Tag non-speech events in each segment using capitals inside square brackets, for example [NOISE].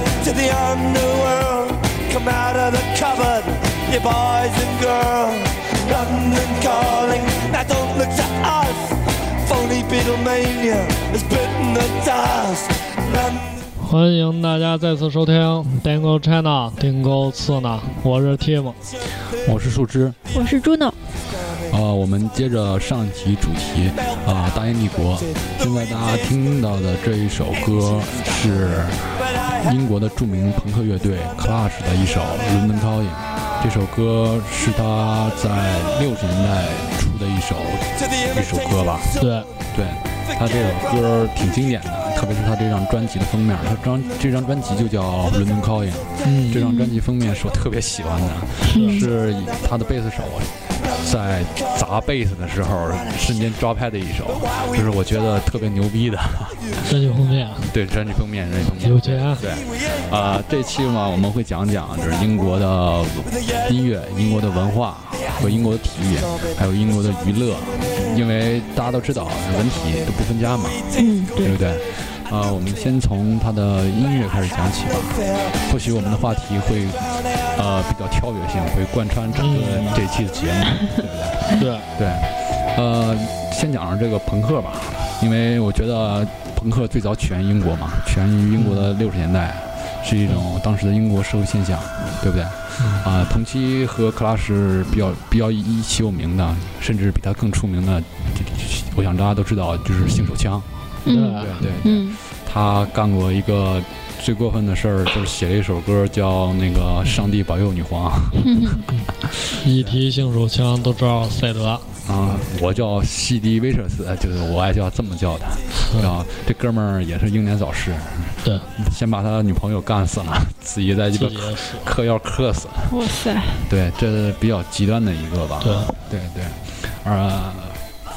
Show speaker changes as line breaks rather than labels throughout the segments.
young new world. Come out of the cupboard, you boys and girls. London calling, now don't look to us. Phony Beatlemania has bitten the dust. London.
欢迎大家再次收听 Dingo China Dingo 次呢，我是 Tim。
我是树枝，
我是 Juno，
呃，我们接着上集主题啊、大英帝国。现在大家听到的这一首歌是英国的著名朋克乐队 Clash 的一首《London Calling》。这首歌是他在六十年代出的一首，一首歌吧？
对，
对，他这首歌挺经典的，特别是他这张专辑的封面，他张这张专辑就叫《London Calling》。
嗯，
这张专辑封面是我特别喜欢的，是以他的贝斯手在砸贝斯的时候瞬间抓拍的一首，就是我觉得特别牛逼的。 [LAUGHS]
专辑封面
对，专辑封面，专辑封面
有钱，
对，啊、这期嘛我们会讲讲就是英国的音乐、英国的文化和英国的体育，还有英国的娱乐，因为大家都知道文体都不分家嘛，
嗯，
对
对
不，对？啊、我们先从他的音乐开始讲起吧。或许我们的话题会，呃，比较跳跃性，会贯穿整个
嗯
这期的节目，对不对？
对，
对，呃，先讲讲这个朋克吧，因为我觉得朋克最早起源于英国嘛，起源于英国的六十年代，是一种当时的英国社会现象，对不对？
嗯
啊、同期和克拉是比较比较一起有名的，甚至比他更出名的，这这这我想大家都知道，就是性手枪，
对
嗯
对对。
嗯，
他干过一个最过分的事儿，就是写了一首歌叫那个《上帝保佑女皇》
一提性手枪都知道赛德，
啊，我叫西迪威彻斯，就是我爱叫这么叫他。然后这哥们儿也是英年早逝，
对，
先把他女朋友干死了，自己在鸡巴
自己也是，
嗑药嗑死。
哇塞，
对，这是比较极端的一个吧。
对，
对对，啊、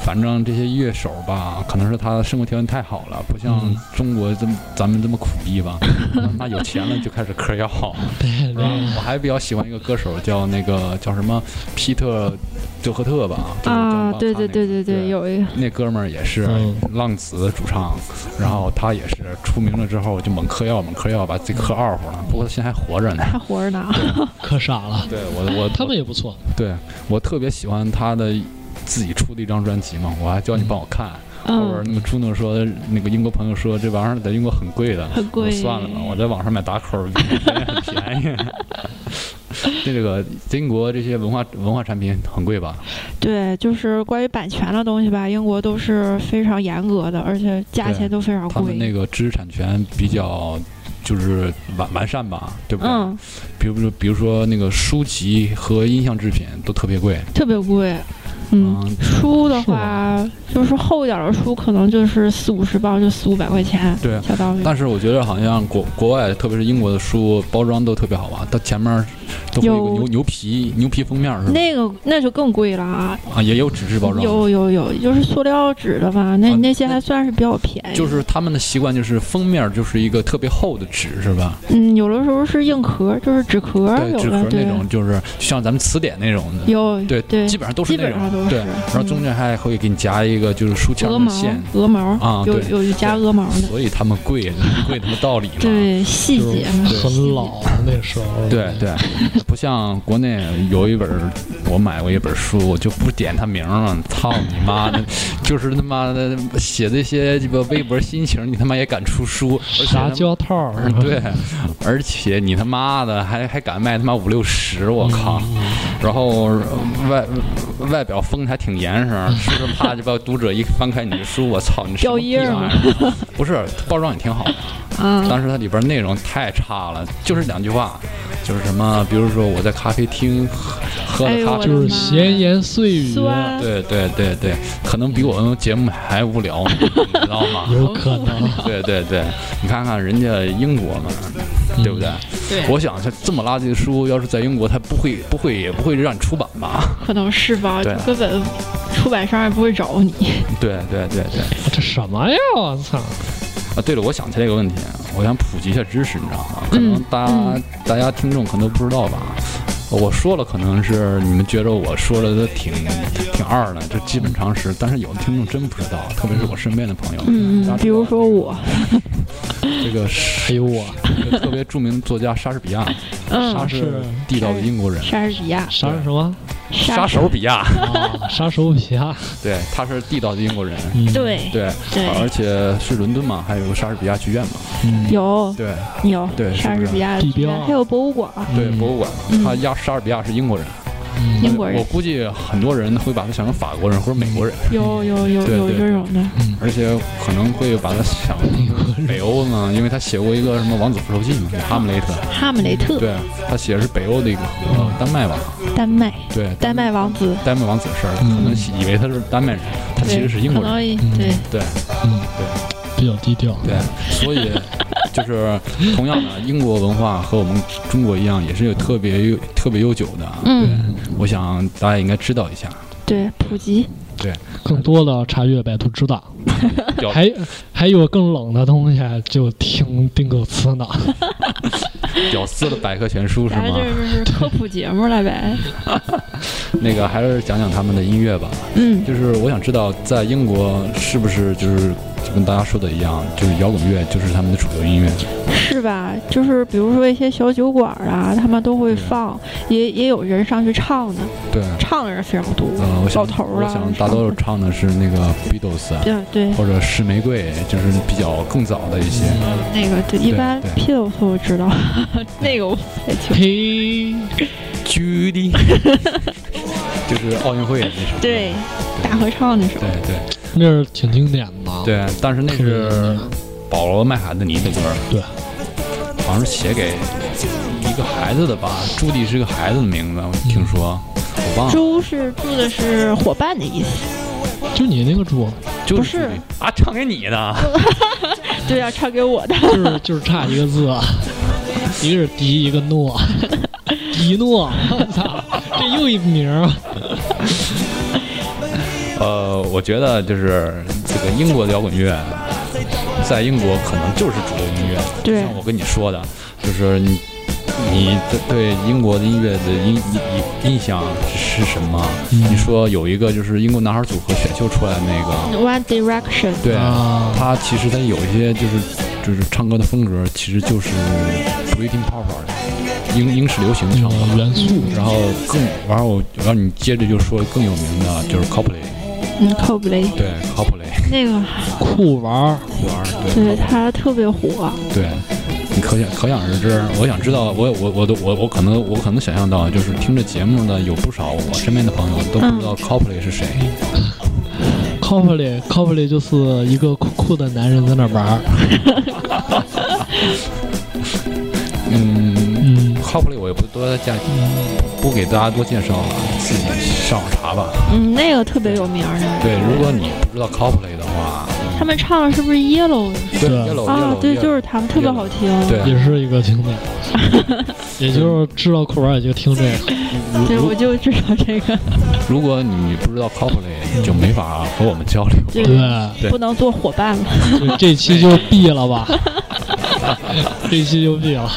反正这些乐手吧，可能是他生活条件太好了，不像
嗯
中国这么咱们这么苦
[LAUGHS]
逼吧。那有钱了就开始嗑药。
对
然后
对，
我还比较喜欢一个歌手，叫那个叫什么皮特·德赫特吧？就是
啊，
叫
对对对
那个
对对，有一个，
那哥们儿也是
嗯
浪子主唱，然后他也是出名了之后就猛嗑药，猛嗑药，把自己嗑二乎了。不过他现在还活着呢。
还活着呢，
可傻了，
对我我
他们也不错，
对我特别喜欢他的自己出的一张专辑嘛，我还叫你帮我看。后边
嗯，
那个朱诺说，那个英国朋友说这玩意儿在英国很贵的，
很贵
我说算了吧，我在网上买打口儿，很便宜。 [LAUGHS] 这个英国这些文化文化产品很贵吧？
对，就是关于版权的东西吧，英国都是非常严格的，而且价钱都非常
他们那
贵，
个知识产权比较就是完完善吧，对不对？
嗯，
比如说比如说那个书籍和音像制品都特别贵，
特别贵，嗯。
嗯，
书的
是
话，就是厚点儿的书，可能就是四五十磅，就四五百块钱，
对
相当于。
但是我觉得好像国国外，特别是英国的书包装都特别好吧，啊它前面都会有个
有
牛牛皮牛皮封面是吧？
那个那就更贵了啊！
啊，也有纸质包装。
有有有，就是塑料纸的吧，那
啊
那些
那
还算是比较便宜。
就是他们的习惯就是封面就是一个特别厚的纸是吧？
嗯，有的时候是硬壳，就是纸壳，有
纸壳
的对
那种就是像咱们词典那种的，
有
对
对，
基本上都是
基
那
本上都
种
是嗯
对。然后中间还会给你夹一个就是书签
鹅
儿的
毛
线，
鹅毛
啊
有
对
有一夹
对
鹅毛的，
所以他们贵， [LAUGHS] 贵他妈道理嘛。
对细
就是
节嘛，
很老那时候，
对，对，不像国内有一本儿，我买过一本书，我就不点他名儿了。操你妈
[LAUGHS]
的，就是他妈的写这些鸡巴微博心情，你他妈也敢出书？而且他
啥
妈
胶套儿，
嗯
[LAUGHS]
对，而且你他妈的还还敢卖他妈五六十，我靠！
嗯
然后外外表封的还挺严实，是不是怕就把读者一翻开你的书，我操，你什么
掉页儿
逼玩意儿？ [LAUGHS] 不是，包装也挺好的。
啊，
当时它里边内容太差了，就是两句话，就是什么，比如说我在咖啡厅喝喝
哎
了
呦
咖
我
啡，
的
就是
妈
闲言碎语，
酸
对对对对，可能比我们节目还无聊，你知道
[LAUGHS]
吗？
有可能，
[LAUGHS] 对对对，你看看人家英国嘛，对不对？
嗯对
我想这这么垃圾的书，要是在英国，它不会不会也不会让你出版吧？ [LAUGHS]
可能是吧，就
对
根本出版商也不会找你。
对对对对。
这什么呀？我操！
啊，对了，我想起来一个问题，我想普及一下知识，你知道吗？可
嗯
能大家、大家听众可能都不知道吧。我说了，可能是你们觉得我说的都挺挺二的，这基本常识。但是有的听众真不知道，特别是我身边的朋友。
嗯
大家知道
嗯，比如说我，
这个
哎
是
呦我，
这个特别著名作家莎士比亚，
嗯，
他是地道的英国人，
莎士比亚，
啥是什么？
莎
莎手比亚，
啊，杀手比亚，
对，他是地道的英国人，
嗯，
对
对，
对，
而且是伦敦嘛，还有莎士比亚剧院嘛，
嗯，
有
对
有
对是
莎士
不是
比亚
地标
还有博物馆，
对，
嗯
博物馆，
嗯
他压莎士比亚是英国人，
嗯
英国人
我估计很多人会把他想成法国人或者美国人，
有有有
对
有
对嗯
这种的，
而且可能会把他想北欧
嗯
嘛，因为他写过一个什么《王子复仇记》嘛，《哈姆雷特》，
哈姆雷特，
对他写的是北欧的一个呃丹麦吧，
丹麦，
对，
丹麦王子，
丹麦王子是，可
嗯
能以为他是丹麦人，他其实是英国
可能
人，
对
对
嗯，比较低调，
对，所以就是同样的，英国文化和我们中国一样，也是有特别悠特别悠久的，
嗯
对，我想大家应该知道一下，
对普及，
更多的查阅百度知道
有，
还还有更冷的东西啊就听定个词 [LAUGHS] 呢。
屌丝的百科全书是
咱
吗
这？就是科普节目了呗，
[LAUGHS] 那个还是讲讲他们的音乐吧。
嗯
就是我想知道，在英国是不是就是就跟大家说的一样，就是摇滚乐就是他们的主流音乐？
是吧？就是比如说一些小酒馆啊，他们都会放，也也有人上去唱的，
对，
唱的人非常多
呃，我，想
老头儿
我
了，
想大多数唱的是那个 Beatles 啊，
对对，
或者是玫瑰，就是比较更早的一些。
那个对，一般
对
p i l o 我知道， [LAUGHS] 那个我不太清楚。
嘿，
居
[LAUGHS]
里，就是奥运会那首。
对，大合唱那首
对对
那是挺经典的。，
对，但是那是保罗·麦卡特尼的歌，
对，
好像是写给一个孩子的吧？朱迪是个孩子的名字，我听说，我忘了。
猪是住的是伙伴的意思，
就你那个猪，
就
不
朱
是
迪啊，唱给你的。
对啊，唱给我的。
就是就是差一个字，啊 [LAUGHS] 一个是迪，一个 [LAUGHS] 诺，迪诺，我操，这又一名儿。
呃，我觉得就是这个英国的摇滚乐，在英国可能就是主流音乐。
对
像我跟你说的，就是你你对英国的音乐的印印印象是什么？
嗯
你说有一个就是英国男孩组合选秀出来的那个，
One Direction，
对，
啊
他其实他有一些就是就是唱歌的风格，其实就是 Breaking Power 的英英式流行唱
嗯，
法。
元素，
然后更，然后我然后你接着就说更有名的就是 Copley，
嗯，Coldplay
对 Copley。
那个，
酷玩儿，
酷玩对
对他特别火，
对，你可想可想而知。我想知道，我我我都我我可能我可能想象到，就是听着节目的有不少我身边的朋友都不知道 Copley 是谁。
Copley，Copley 就是一个酷酷的男人在那玩儿，
嗯
嗯，
，Copley 我也不多加不给大家多介绍了，自己上网查吧。
嗯，那个特别有名儿的。
对，如果你不知道 Copley 的话，
他们唱的是不是 Yellow
对
对
哦 Yellow
啊？
Yellow
对，就
Yellow
是他们特别好听。
对，
也是一个经典，
[LAUGHS]
也就是知道酷玩儿也就听这个，
如
对，
如
我就知道这 [LAUGHS] 个，
如果你不知道 Copley，就没法和我们交流。
对
对，
对
不能做伙伴了。
就这期就毙了吧， [LAUGHS] 这期就毙了，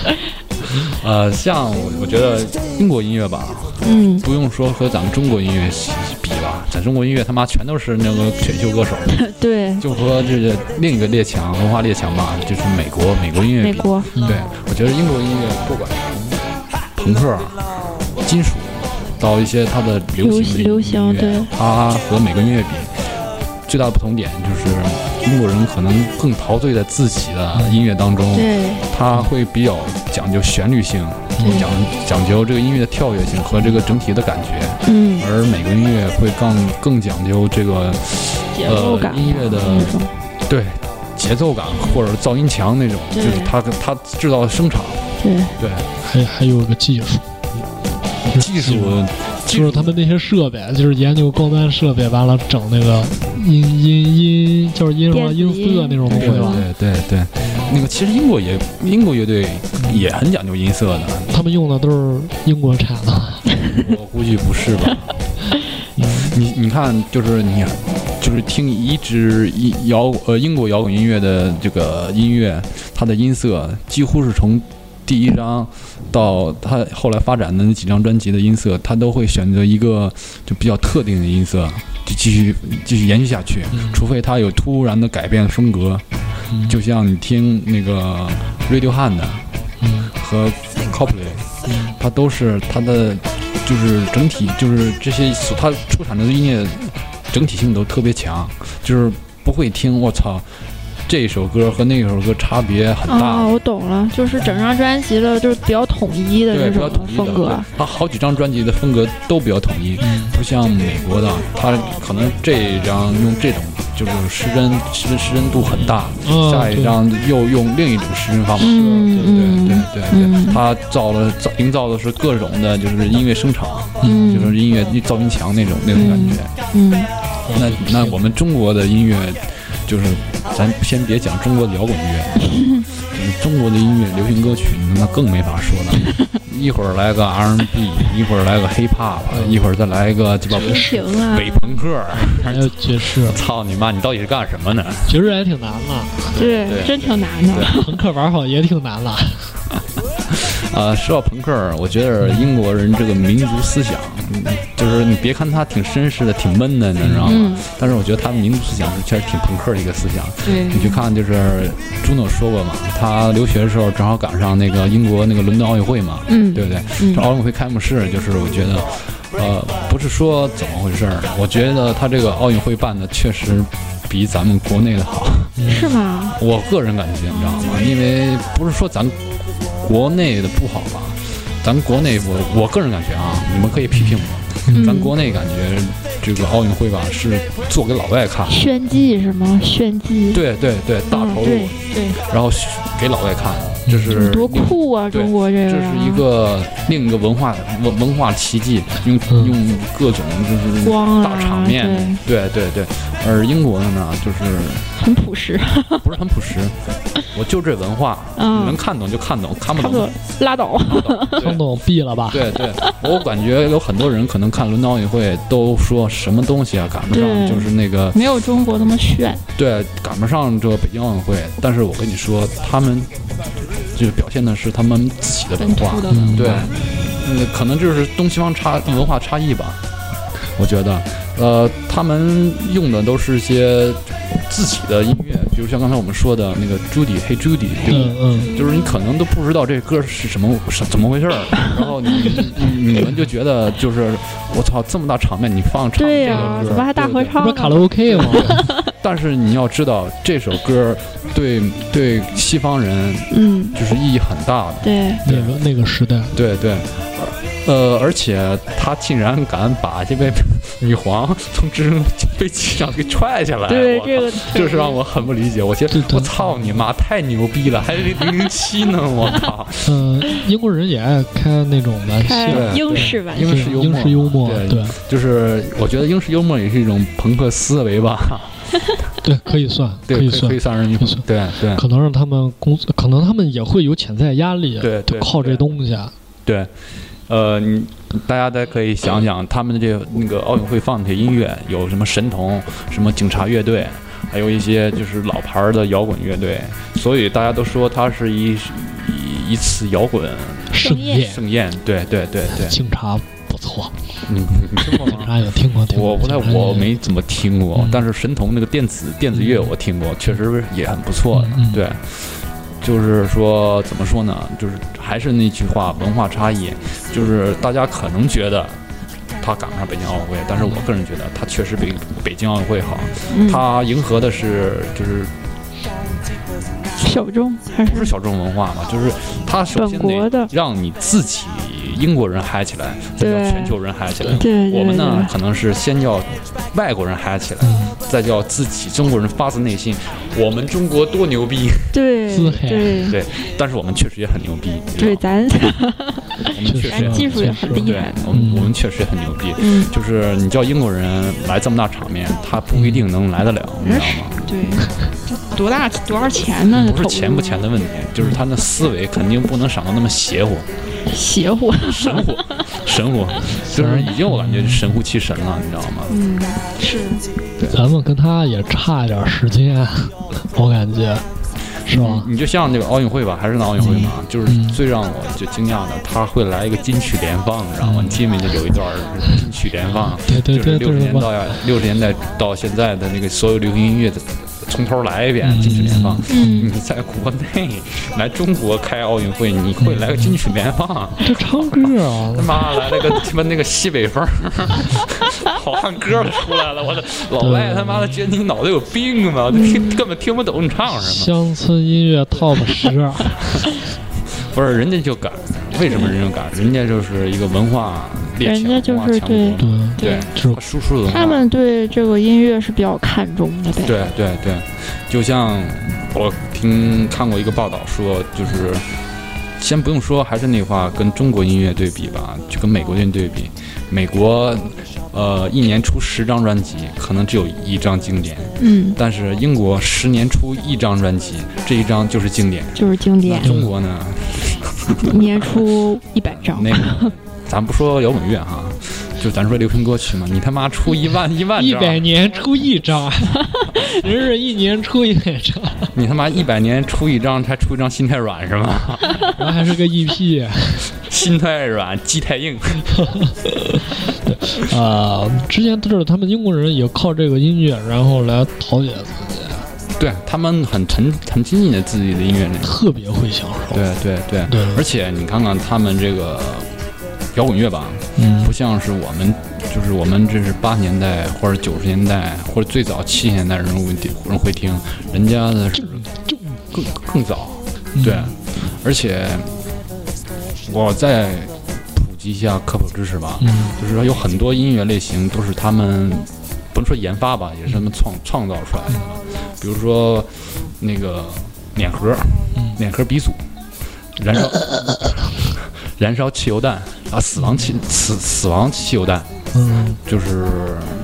呃，像我我觉得英国音乐吧，
嗯，
不用说和咱们中国音乐比吧，咱中国音乐他妈全都是那个选秀歌手，
[LAUGHS] 对，
就和这个另一个列强文化列强吧，就是美国美国音乐
美
比。
国，
对，哦我觉得英国音乐不管是从朋克、金属到一些它的流行的
流行
音
流
乐
行，
它和美国音乐比，最大的不同点就是英国人可能更陶醉在自己的音乐当中，
对，
它会比较讲究旋律性，
对
讲讲究这个音乐的跳跃性和这个整体的感觉。
嗯，
而美国音乐会更更讲究这个
节奏感
呃音乐的
那种，
对节奏感或者噪音强那种，就
对
是它它制造声场，
对，
对
还还有个技术，
技术技
嗯就是
术
他们那些设备，就是研究高端设备，完了整那个音音音，就是音什么
电
音
子
色那种东
对
西吧。
对对对，那个其实英国也英国乐队也很讲究音色的，
他们用的都是英国产的，
我估计不是吧？你你看，就是你，就是听一支一摇呃英国摇滚音乐的这个音乐，它的音色几乎是从第一张到它后来发展的那几张专辑的音色，它都会选择一个就比较特定的音色，就继续继续延续下去，除非它有突然的改变风格。
嗯
就像你听那个 Radiohead 的
嗯
和 Coldplay，它都是它的就是整体就是这些所它出产的音乐整体性都特别强，就是不会听我操这首歌和那首歌差别很大。
啊，我懂了，就是整张专辑的，就是比较统一的
对，
这
比较
种
统一的
风格。嗯
它好几张专辑的风格都比较统一，不像美国的，它可能这一张用这种就是失真失失真度很大，
嗯
下一张又用另一种失真方法。对
嗯
对
嗯
对
嗯
对，它造了造营造的是各种的，就是音乐声场，
嗯
就是音乐噪音墙那种那种感觉。
嗯，
那那我们中国的音乐，就是咱先别讲中国的摇滚乐，就是中国的音乐流行歌曲那更没法说了。一会儿来个 R&B，一会儿来个 Hip Hop，一会儿再来个鸡巴
行啊，
北朋克。
还有爵士，
操你妈！你到底是干什么呢？
爵士还挺难的，
对
对，
真挺难的。
朋克玩好也挺难的。
啊，说到朋克，我觉得英国人这个民族思想，嗯就是你别看他挺绅士的、挺闷的，你知道吗？
嗯
但是我觉得他们民族思想是确实挺朋克的一个思想。
对
你去看，就是朱诺说过嘛，他留学的时候正好赶上那个英国那个伦敦奥运会嘛，
嗯
对不对？
嗯
这奥运会开幕式，就是我觉得，呃，不是说怎么回事儿，我觉得他这个奥运会办的确实比咱们国内的好。
是吗？
我个人感觉，你知道吗？因为不是说咱国内的不好吧，咱国内我我个人感觉啊，你们可以批评
嗯
我，咱国内感觉这个奥运会吧是做给老外看的，
炫技是吗？炫技，
对对对，大
嗯
投入
对，对，
然后给老外看，这是
多
另
酷啊！
对
中国这
这
个
是
啊，
一个另一个文化文文化奇迹，用
嗯
用各种就是
光啊
大场面，对对对。而英国的呢，就是
很朴实，
不是很朴实，
[LAUGHS]
我就这文化，
嗯
你能看懂就看懂，看不
差不
懂
多 [LAUGHS] 拉倒。
张总毙了吧？
[LAUGHS] 对对，我感觉有很多人可能看伦敦奥运会都说什么东西啊，赶不上
对
就是那个
没有中国那么炫，
对，赶不上这个北京奥运会。但是我跟你说，他们就是表现的是他们自己的文
本
化
土，的文化。
对，嗯，可能就是东西方差文化差异吧。我觉得，呃，他们用的都是一些自己的音乐，比如像刚才我们说的那个 Judy，嘿 Judy，这个
嗯嗯，
就是你可能都不知道这歌是什么是怎么回事
[LAUGHS]
儿，然后你你你们就觉得就是我操这么大场面你放唱
对
这
呀、
个
怎么还
歌，
大合
这
唱啊
不
呢？
是卡拉 OK 吗？
但是你要知道这首歌对对西方人
嗯，
就是意义很大的，
对，
那个那个时代，
对对。呃，而且他竟然敢把这位女皇从直升飞机上给踹下来，
对
我操
这个
这是让我很不理解。我觉
对
得
对
我操你妈，太牛逼了，还零零七呢，我靠！
嗯，英国人也爱开那种玩笑，
开
对
英式吧，
因为是幽默
英
嘛，
式幽默，对
就是我觉得英式幽默也是一种朋克思维 [LAUGHS] 吧，
对，可以算，
对，
以
可
算
以，算是一
可以
种
算，
对对
可能让他们工作，可能他们也会有潜在压力，就
对对
靠这东西啊，
对，呃，你大家再可以想想他们的这个那个奥运会放的这些音乐，有什么神童，什么警察乐队，还有一些就是老牌儿的摇滚乐队，所以大家都说它是一一一次摇滚
盛
宴
宴，
盛宴，对对对对，
警察不错，
[LAUGHS] 你你听过
警
吗？
察也听过，听过
我不太，
警察也
我没怎么听过
嗯，
但是神童那个电子电子乐我听过，确实也很不错的
嗯嗯。
对，就是说怎么说呢？就是还是那句话，文化差异，就是大家可能觉得。他赶不上北京奥运会，但是我个人觉得他确实比北京奥运会好。
嗯，
他迎合的是就是
小众还
不是小众文化嘛，就是他首先
本国
得
的
让你自己英国人嗨起来，再让
对
全球人嗨起来。
对对
我们呢
对，嗯
可能是先要外国人嗨起来，再叫自己中国人发自内心，我们中国多牛逼，
对
自黑
对
对，但是我们确实也很牛逼，
嗯对，
你知道
咱
吗我们确实
[LAUGHS] 咱技术也很厉
对
害，
我们
嗯
我们确实也很牛逼，
嗯，
就是你叫英国人来这么大场面，他不一定能来得了，你知道吗？
对，多大多少钱呢？
不是钱不钱的问题，就是他那思维肯定不能想到那么邪乎、
邪乎，啊
神乎、
[LAUGHS]
神乎，就是已经我感觉神乎其神了，你知道吗？
嗯，是
咱们跟他也差一点时间，我感觉，是吧？
你就像那个奥运会吧，还是那奥运会嘛，
嗯
就是最让我就惊讶的，他会来一个金曲联放，你知道吗？你记不记得有一段儿金曲联放？
嗯对对
就
对
是六十
对
年
对
代，六十年代到现在的那个所有流行音乐的从头来一遍
嗯
金曲联放。
嗯
你 [LAUGHS] 在国内来中国开奥运会，你会来个金曲联放？
这唱歌啊
他，妈来了个他妈那个西北风儿， [LAUGHS] 好汉歌都出来了，我的老赖他妈的觉得你脑子有病吧？我听根本听不懂你唱什么。
乡村音乐 TOP 十，
不是，人家就敢，为什么人家就敢？人家就是一个文化列强，
人家就是
文化强国
对，
[LAUGHS] 对，
就是
他输出的文化
他们对这个音乐是比较看重的呗。
对对对，就像我听看过一个报道说，就是先不用说，还是那话，跟中国音乐对比吧，就跟美国音乐对比，美国呃一年出十张专辑，可能只有一张经典，
嗯，
但是英国十年出一张专辑，这一张就是经典。
就是经
那
典，
中国呢？
一年出一百张
[LAUGHS]
那。个，咱不说摇滚乐哈，就咱说流行歌曲嘛，你他妈出一万一万
一
张，
百年出一张，人是一年出一百张，
你他妈一百年出一张，才出一张心太软是吗？
然后还是个 E 啊 EP
心太软，肌太硬。
啊。之前就是他们英国人也靠这个音乐，然后来陶冶自己，
[LAUGHS] 对他们很沉很亲近的自己的音乐那种。
特别会享受。
对对对，
对
而且你看看他们这个摇滚乐吧，
嗯
不像是我们，就是我们这是八十年代或者九十年代或者最早七十年代人会听人会听，人家的是更更早。对，而且我再普及一下科普知识吧，
嗯
就是说有很多音乐类型都是他们不能说研发吧，也是他们创创造出来的。
嗯
比如说那个碾核、
嗯
碾核鼻祖、
[LAUGHS]
燃烧、燃烧汽油弹啊，死亡汽死死亡汽油弹，
嗯，
就是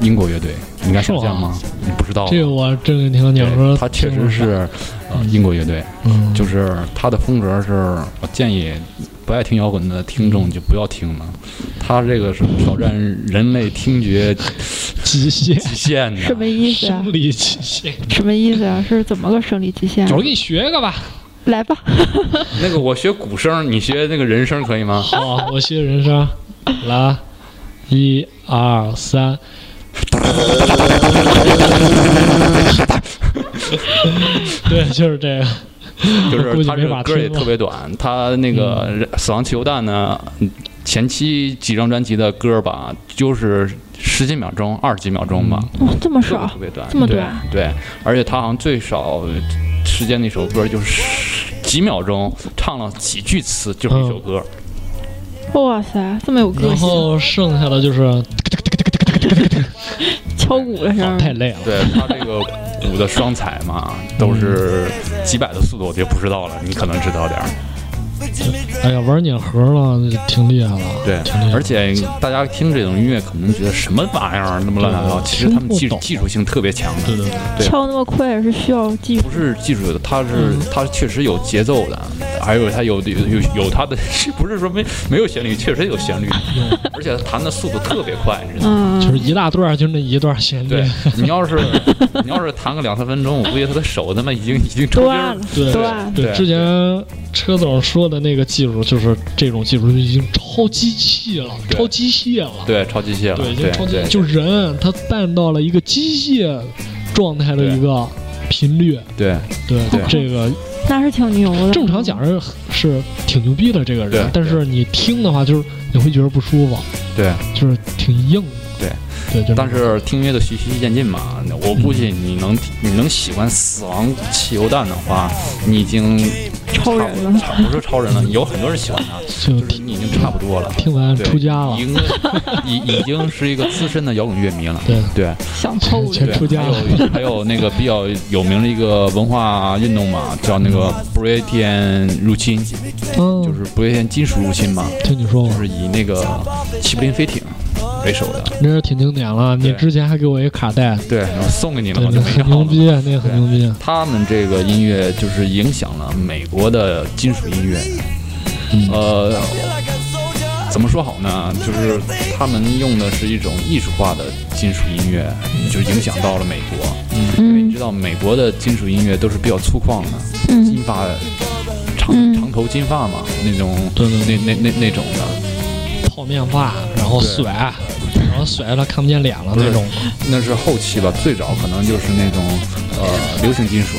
英国乐队，你应该想象吗？你不知道吧？
这个我真没听
对
讲说，
它确实，是呃英国乐队，
嗯，
就是它的风格是，我建议不爱听摇滚的听众就不要听了，它这个是挑战人类听觉
极限，
极限的。
什么意思啊
生？理极限。
什么意思啊？是怎么个生理极限啊
我？给你学一个吧。
来吧，
[LAUGHS] 那个我学鼓声，你学那个人声可
[LAUGHS]
以吗？
好，啊我学人声，来，一二三，对，就是这个，
就是它这个
我估计
歌也
没法听了嗯
特别短，它那个《死亡汽油弹》呢，前期几张专辑的歌吧，就是十几秒钟、二十几秒钟吧，
嗯
哇，哦这么
特别
少
特，别短，
这么
对
短
对，而且他好像最少时间那首歌就是十几秒钟，唱了几句词就是一首歌，
哦
哇塞，这么有个
然
性，
后剩下的就是
敲鼓的声
啊太
儿，
累了，
对他这个鼓的双踩嘛，都是几百的速度，我就不知道了，你可能知道点儿。
哎呀，玩碾核了，挺厉害了，
对
挺厉害，
而且大家听这种音乐可能觉得什么玩意儿那么乱七八糟，其实他们技
听不懂
技术性特别强的，
对对对，
对
敲那么快是需要技术
不，是技术的，它是
嗯
它确实有节奏的，还有它有有有有它的， [LAUGHS] 是不是说没没有旋律，确实有旋律，而且弹的速度特别快，你知道吗？
嗯，
就是一大段儿就那一段儿旋律
对，你要是你要是弹个两三分钟，我估计他的手他妈已经已经抽筋儿
断
了
了。，
对
断了，
对
之前车总说的那个技术，就是这种技术就已经超机器了，
对
超机械了，
对，超机械了，
对，已
对
经超级
对，
就人他淡到了一个机械状态的一个频率，
对
对
对
这个
那是挺牛的。
正常讲是是挺牛逼的这个
对
人，但是你听的话就是你会觉得不舒服，
对。
就是挺硬的，
对
对，就是
但是听音乐的循序渐进嘛，那我估计你能你能喜欢死亡汽油弹的话，你已经
超人了
差不多不是超人了，有很多人喜欢他，
就
就是你已经差不多了。
听完
对
出家了
已，经已已经是一个资深的摇滚乐迷了。
对
对
想透
[LAUGHS] 全
对，
出家了，
还有还有那个比较有名的一个文化运动嘛，叫那个不列颠入侵，就
嗯，
是不列颠金属入侵嘛，
听你说
就
过，
是以那个七柏林飞艇为首的。
那是挺经典了。你
对
之前还给我一个卡带，
对，然后送给你了，
对，
我就
那
没
很
要
牛
了。
逼，啊那个很牛逼，
他们这个音乐就是影响了美国的金属音乐，
嗯
呃，怎么说好呢？就是他们用的是一种艺术化的金属音乐，就影响到了美国。因为你
嗯
知道，美国的金属音乐都是比较粗犷的，
嗯
金发长
嗯
长头金发嘛，那种
对对对
那那那那种的。
泡面发，然后甩，然后甩了看不见脸了那种。
那是后期吧，最早可能就是那种呃流行金属，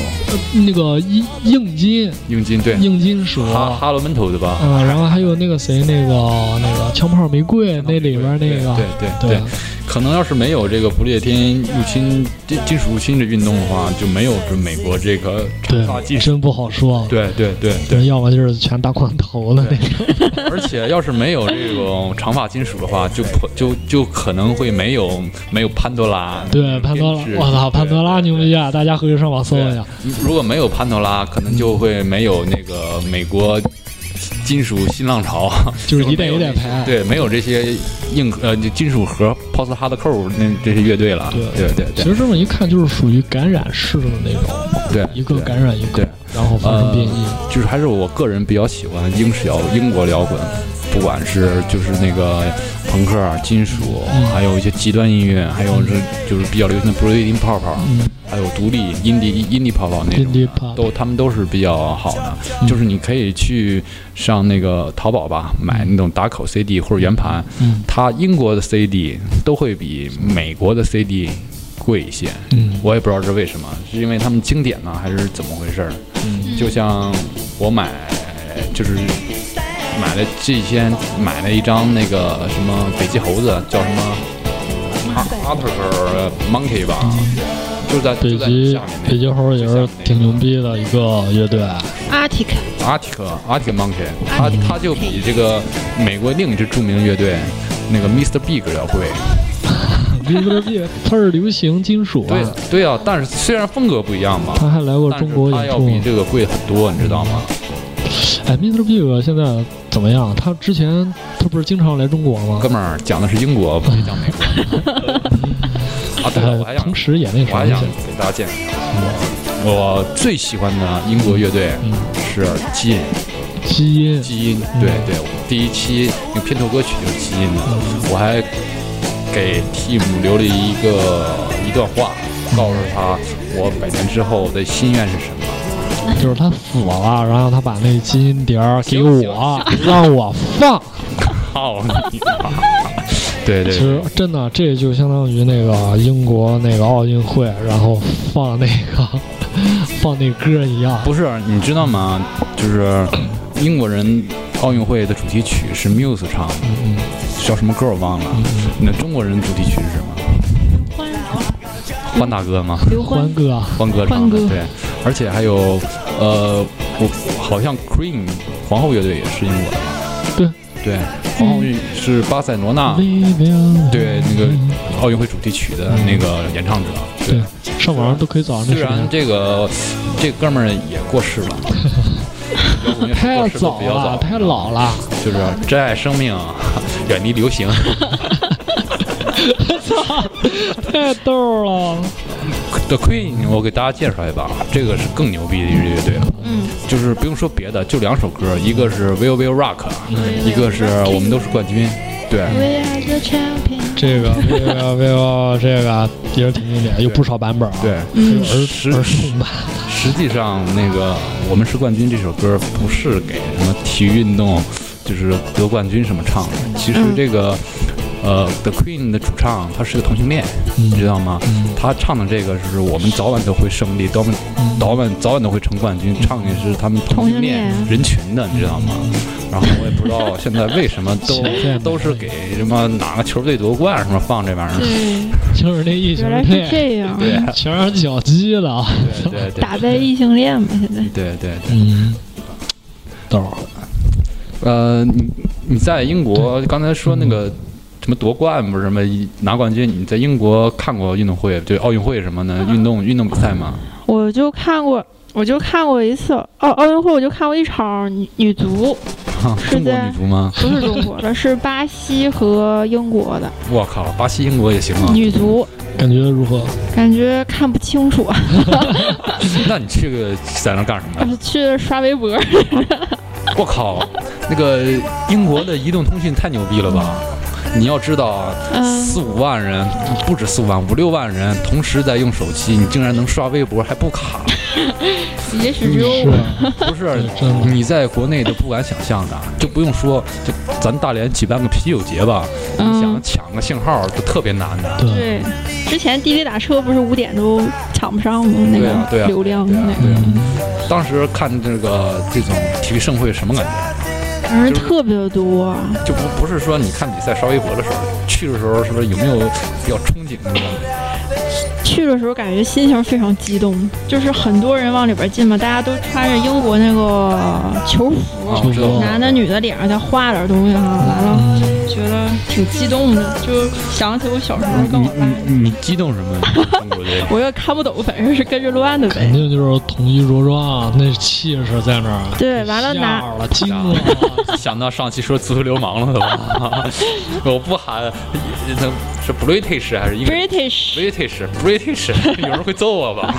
那个硬硬金
硬金对，
硬金属，
哈哈罗门头对吧？
嗯，然后还有那个谁，那个那个枪炮玫瑰那里边那个，
对对对对，可能要是没有这个不列颠入侵金金属入侵的运动的话，就没有这美国这个长发
对，
技术。
真不好说。
对对对对，
要么就是全大光头了那
对 [LAUGHS]
种。
而且要是没有这种长发金属的话，就不就就可能会没有没有潘多拉。
对，潘多拉
电视，
我操，
对
潘多拉
对
牛逼啊！大家回去上网搜一下。
如果没有潘多拉，可能就会没有那个美国金属新浪潮，
[LAUGHS] 就是一代
没有
一代排
对，没有这些硬呃就金属和 post hardcore 那这些乐队了。
对
对对
其
对
实这么一看，就是属于感染式的那种，
对，
一个
对
感染一个
对，
然后发生变异。
就是还是我个人比较喜欢英式摇英国摇滚，不管是就是那个朋克、啊金属，还有一些极端音乐，还有是就是比较流行的 b r e a t i n g 泡泡，
嗯，
还有独立 indie indie 泡泡那种
Indie
的
pop
都他们都是比较好的，就是你可以去上那个淘宝吧，买那种打口 CD 或者圆盘，
嗯
它英国的 CD 都会比美国的 CD 贵一些，
嗯
我也不知道是为什么，是因为他们经典呢，还是怎么回事儿？
嗯
就像我买，就是买了这些，买了一张那个什么北极猴子，叫什么 Otter Monkey 吧，就在
北
就在
极
下面那
北极猴也是挺牛
就
逼的一个乐队，
Arctic，
下面那个 Arctic Arctic Monkey，它它就比这个美国另一支著名乐队那个 Mr Big 要贵。
Mr. [LAUGHS] B，他是流行金属
对
啊，
对啊，但是虽然风格不一样吧，
他还来过
但是
中国
它
演
要
出。
比这个贵很多，你知道吗？
哎，Mr. Big 现在怎么样？他之前他不是经常来中国吗
哥？们儿讲的是英国，不是讲美国。
[LAUGHS]
啊，对了，我还
哎，
想
同时也那
我
啥
还
一
想
下，
给大家介绍一下，啊我我最喜欢的英国乐队
嗯
是基因，
基因
基因，
嗯
对对，第一期那个片头歌曲就是基因的，
嗯
我还给 Team 留了一个一段话，告诉他我百年之后的心愿是什么。
就是他死了，然后他把那基因碟儿给我，让我放。
靠你妈！ [LAUGHS] 对
其
对
实真的，这就相当于那个英国那个奥运会，然后放那个 [LAUGHS] 放那歌一样。
不是，你知道吗？就是英国人奥运会的主题曲是 Muse 唱的，
嗯
叫什么歌我忘了。那中国人主题曲是什么？欢大哥吗？
刘
欢啊
欢，
哥，
欢哥唱的
欢，哥
对。而且还有，呃，我好像 Queen 皇后乐队也是英国的吧，
对，
对，皇后是巴塞罗那。
嗯
对那个奥运会主题曲的那个演唱者，
对，上网上都可以找上这
虽
视
然
频。
这个这哥们儿也过
[LAUGHS]
世了，摇滚乐手
太
过世都
早
比较啊
了，太老了，
就是珍爱生命，啊 [LAUGHS] 远离流行。
太逗了。
The Queen，我给大家介绍一把，这个是更牛逼的一支乐队了。
嗯，
就是不用说别的，就两首歌，一个是 Will Will Rock，一个是我们都是冠军。对，
We are the champion。
这个 vivo vivo 这个也是挺经典，有不少版本啊。
对，
儿
实
儿童版。
实际上那个我们是冠军这首歌不是给什么体育运动，就是得冠军什么唱的。其实这个，呃，The Queen 的主唱他是个同性恋，你知道吗？他唱的这个是我们早晚都会胜利，早晚早晚早晚都会成冠军，唱的是他们同性恋
同性恋
人群的，你知道吗？然后我也不知道现在为什么
现在没
都都是给什么哪个球队夺冠什么放这玩意儿。
对，
就是那异形
原来是
配，
这样，
对
全是脚鸡了。
对对对
打败异性恋嘛，现在。
对对对。
嗯，逗儿。
呃，你你在英国刚才说那个什么夺冠不是什么一拿冠军？你在英国看过运动会，对奥运会什么的运动运动比赛吗？
我就看过，我就看过一次奥奥运会，我就看过一场女女足，
哈
是
中国
在
女足吗？
不是中
[LAUGHS]
国的，是巴西和英国
啊
的
我靠，巴西、英国也行啊！
女足，
感觉如何？
感觉看不清楚， [LAUGHS]
那你去个在那干什
[LAUGHS]
么？
去刷微博。
我靠，那个英国的移动通信太牛逼了吧！你要知道啊，
嗯，
四五万人，不止四五万，五六万人同时在用手机，你竟然能刷微博还不卡，
也许只有
是
我。
不 [LAUGHS] 是？
真的
你在国内都不敢想象的，就不用说，就咱大连举办个啤酒节吧，你想
嗯，
抢个信号都特别难的。
对，
对，之前滴滴打车不是五点都抢不上吗？那
对啊对
个
啊
流量，
对啊
那个
对啊
嗯
当时看这个这种体育盛会什么感觉？啊
人特别多。啊
就不不是说你看比赛刷微博的时候，去的时候是不是有没有比较憧憬的那种？
去的时候感觉心情非常激动，就是很多人往里边进嘛，大家都穿着英国那个球服，
啊，我知道
哦
男的女的脸上再画点东西哈、完了
嗯
觉得挺激动的，就想起我小时候跟
你
我爸，
你你激动什么？中国队
我也看不懂，反正是跟着乱的
肯
嗯
呗。
定就是统一着装，那气势在那儿。
对完了拿
吓了，惊了，
[LAUGHS] 想到上期说足球流氓了都， [LAUGHS] 我不喊那是 British 还是英
British，
British British，有人会揍我吧？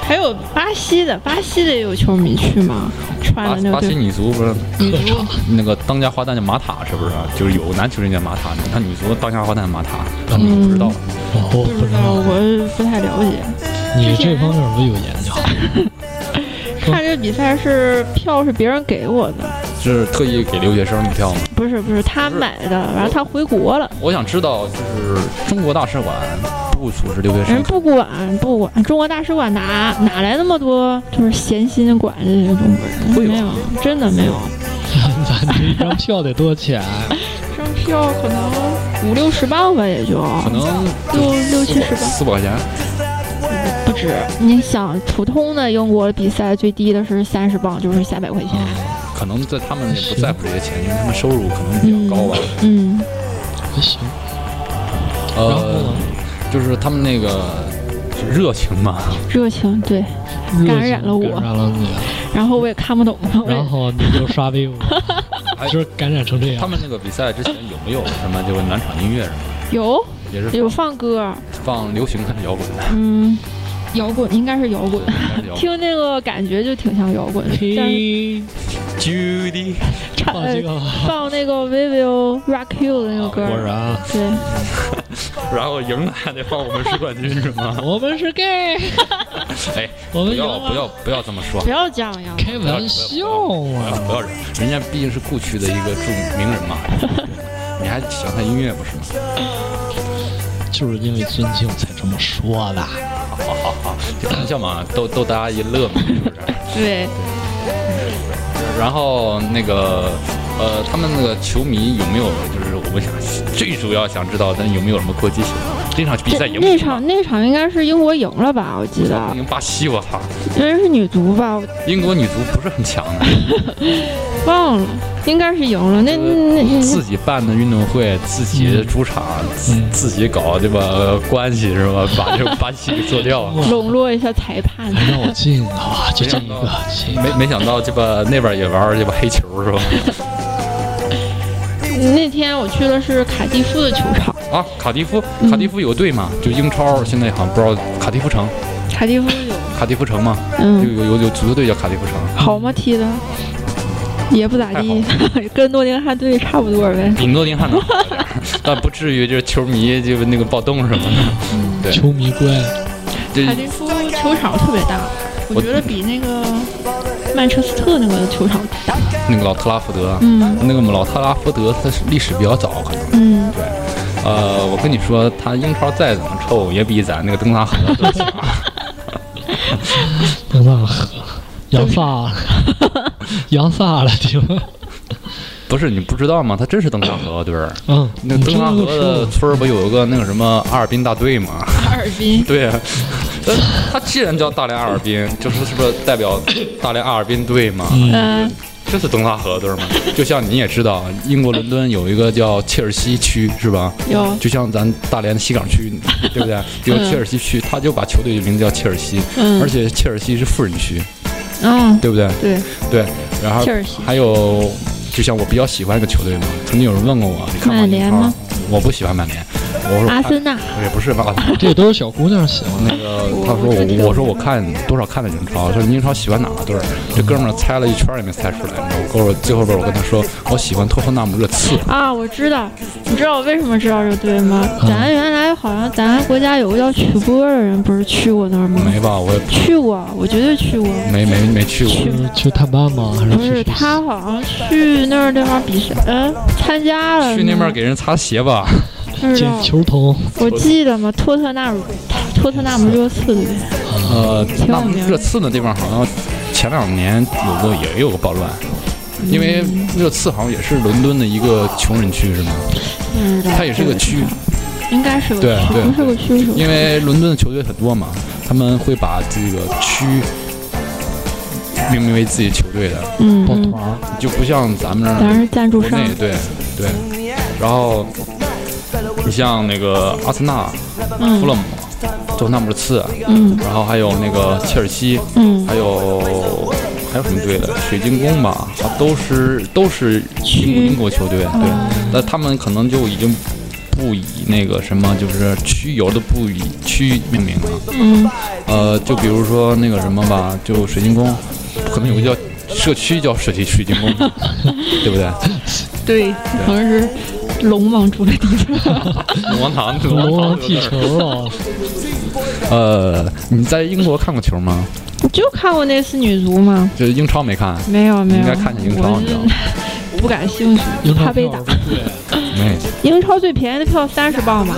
还有巴西的，巴西的也有球迷去吗？
巴
穿的那
巴
个
西
队
女足不是
女足，
[LAUGHS] 那个当家花旦叫马塔是不是？就是有个男球员叫马塔，他女足当家花旦马塔，他们不知道。
我
不
不
知
知
道，
道，
我不太了解。
你这方面我有研究。
看这比赛是票是别人给我的，
是特意给留学生的票吗？
不是不是他买的，完了他回国了，
我想知道，就是中国大使馆不组织留学
人
生，
不管不管，中国大使馆哪哪来那么多就是闲心管这些中国人？
会有
没有，真的没有。
[LAUGHS] 咱这一张票得多少钱？
张票可能五六十磅吧，也就
可能
六六七十磅
四百块钱。
不止。你想，普通的英国比赛最低的是三十磅，就是三百块钱。
可能在他们也不在乎这些钱，因为他们收入可能比较高啊吧。
嗯，
还行。然后
呃
呢，
就是他们那个热情嘛，
热情对，
热情
感染了我
感染了你，
然后我也看不懂，我
然
也
后你就刷
[LAUGHS]
微博，就是感染成这
他
样。
们那个比赛之前有没有什么就是暖场音乐什么
有
的，也是
有放歌，
放流行还是摇滚的？
嗯，摇滚应该是摇滚
对，，应该是摇滚。
[LAUGHS] 听那个感觉就挺像摇滚，但是
嘿，
Judy，
唱
放这
呃
个吧，
放那个 We Will Rock You 的那个歌
果
儿，
然
对，
然后赢了还得放我们是冠军是吗？
我们是 gay。
[LAUGHS] 哎，
我
不
们赢
要
了
不要不要这么说
不。要这样呀，
开玩笑
不要
啊！
不要人，人家毕竟是故区的一个著名 [LAUGHS] 人嘛，你还想他音乐不是吗？
就是因为尊敬才这么说的。
好好好，就玩笑嘛，逗逗大家一乐嘛，是不是？
对，
然后那个，呃，他们那个球迷有没有，就是我们想最主要想知道，咱有没有什么过激行为？这场比赛
这
赢不
那
赢
场那场应该是英国赢了吧？我记得
赢巴西，我操！
应该是女足吧，我
英国女足不是很强的，
忘了，应该是赢了。那那那
自己办的运动会，自己主场，自
嗯
自己搞对吧？呃关系是吧？ [LAUGHS] 把这个巴西给做掉了。
哇
笼络一下裁
[LAUGHS]
判，
绕境啊，就这么一个行
没没想到这吧那边也玩这吧黑球是吧？
那天我去的是卡蒂夫的球场，
啊，卡迪夫，卡迪夫有队嘛？就英超现在好像不知道卡迪夫城，
卡蒂夫有，
卡迪夫城嘛，有
嗯，
有有有足球队叫卡迪夫城。
好吗？踢的也不咋地， [LAUGHS] 跟诺丁汉队差不多呗。
比诺丁汉能好一点，但不至于就是球迷就那个暴动什么的。对
球迷乖，
就
卡蒂夫球场特别大，我
我
觉得比那个曼彻斯特那个球场大。
那个老特拉福德，啊
嗯
那个老特拉福德它是历史比较早，可能。
嗯，
呃，我跟你说，他英超再怎么臭，也比咱那个登塔河都强。
[LAUGHS]
等等，扬萨
[LAUGHS]
了，扬萨了，听，
不是你不知道吗？他真是登塔河队儿。
嗯，
那
你
登
这
塔
么
河
一说
的村儿不有一个那个什么哈尔滨大队吗？ [LAUGHS]
哈尔滨
对啊，呃他既然叫大连哈尔滨，就是是不是代表大连哈尔滨队嘛？
嗯，
这是东大河对吗？ [LAUGHS] 就像你也知道，英国伦敦有一个叫切尔西区，是吧？
有
就像咱大连西港区，对不
[LAUGHS]
对？有切尔西区，他就把球队的名字叫切尔西，
嗯
而且切尔西是富人区，
嗯，
对不对？
对，
对，然后
切尔西
还有就像我比较喜欢一个球队嘛，曾经有人问过我，你看过
曼联
英超
吗？
我不喜欢曼联，我说
阿
我看
森纳，
也不是吧，阿森纳
这都是小姑娘喜欢的。
那个他说我我说我看多少看的英超，就是英超喜欢哪个队儿？这哥们儿猜了一圈儿也没猜出来，你知道吗？我跟我最后边儿我跟他说我喜欢托特纳姆热刺，
啊，我知道，你知道我为什么知道这个队吗？
嗯
咱原来好像咱国家有个叫曲波的人，不是去过那儿吗？
没吧？我也
去过，我绝对去过。
没没没去过。
就是去探班吗？还是
不
去
是，
学习
他好像去那儿地方比赛，嗯，参加了。
去那边给人擦鞋吧，
不知道
捡，球童？
我记得嘛，托特纳姆，托特纳姆热刺队。
呃，
有
那
名儿
热刺那地方好像前两年有过也有个暴乱，
嗯
因为热刺好像也是伦敦的一个穷人区是吗？
不知道
它也是个区，
应该是个
对
区，
对
不是个区是吧？
因为伦敦的球队很多嘛，他们会把这个区命名为自己球队的，
嗯，
抱
嗯
团儿，
就不像咱们
咱
那
是赞助
国
商，
内对对。然后你像那个阿森纳、弗勒
嗯
姆、多特纳姆热刺，
嗯
然后还有那个切尔西，
嗯，
还有还有什么队的？水晶宫吧，它都是都是英英国球队，对，
嗯
但他们可能就已经不以那个什么，就是区游的不以区命名了。
嗯，
呃，就比如说那个什么吧，就水晶宫，可能有个叫社区叫水晶水
[LAUGHS]
晶宫，对不对？
对，好像是龙王住的地方。
王堂，
龙王踢
踢
球。啊，
嗯
呃，你在英国看过球吗？
[LAUGHS] 你就看过那次女足吗？
就是英超没看，
没有没有，
应该看见英超
我
你知道吗
[LAUGHS] 我不感兴趣，
英超
怕被
票
打。
没。
英超最便宜的票三十磅吧？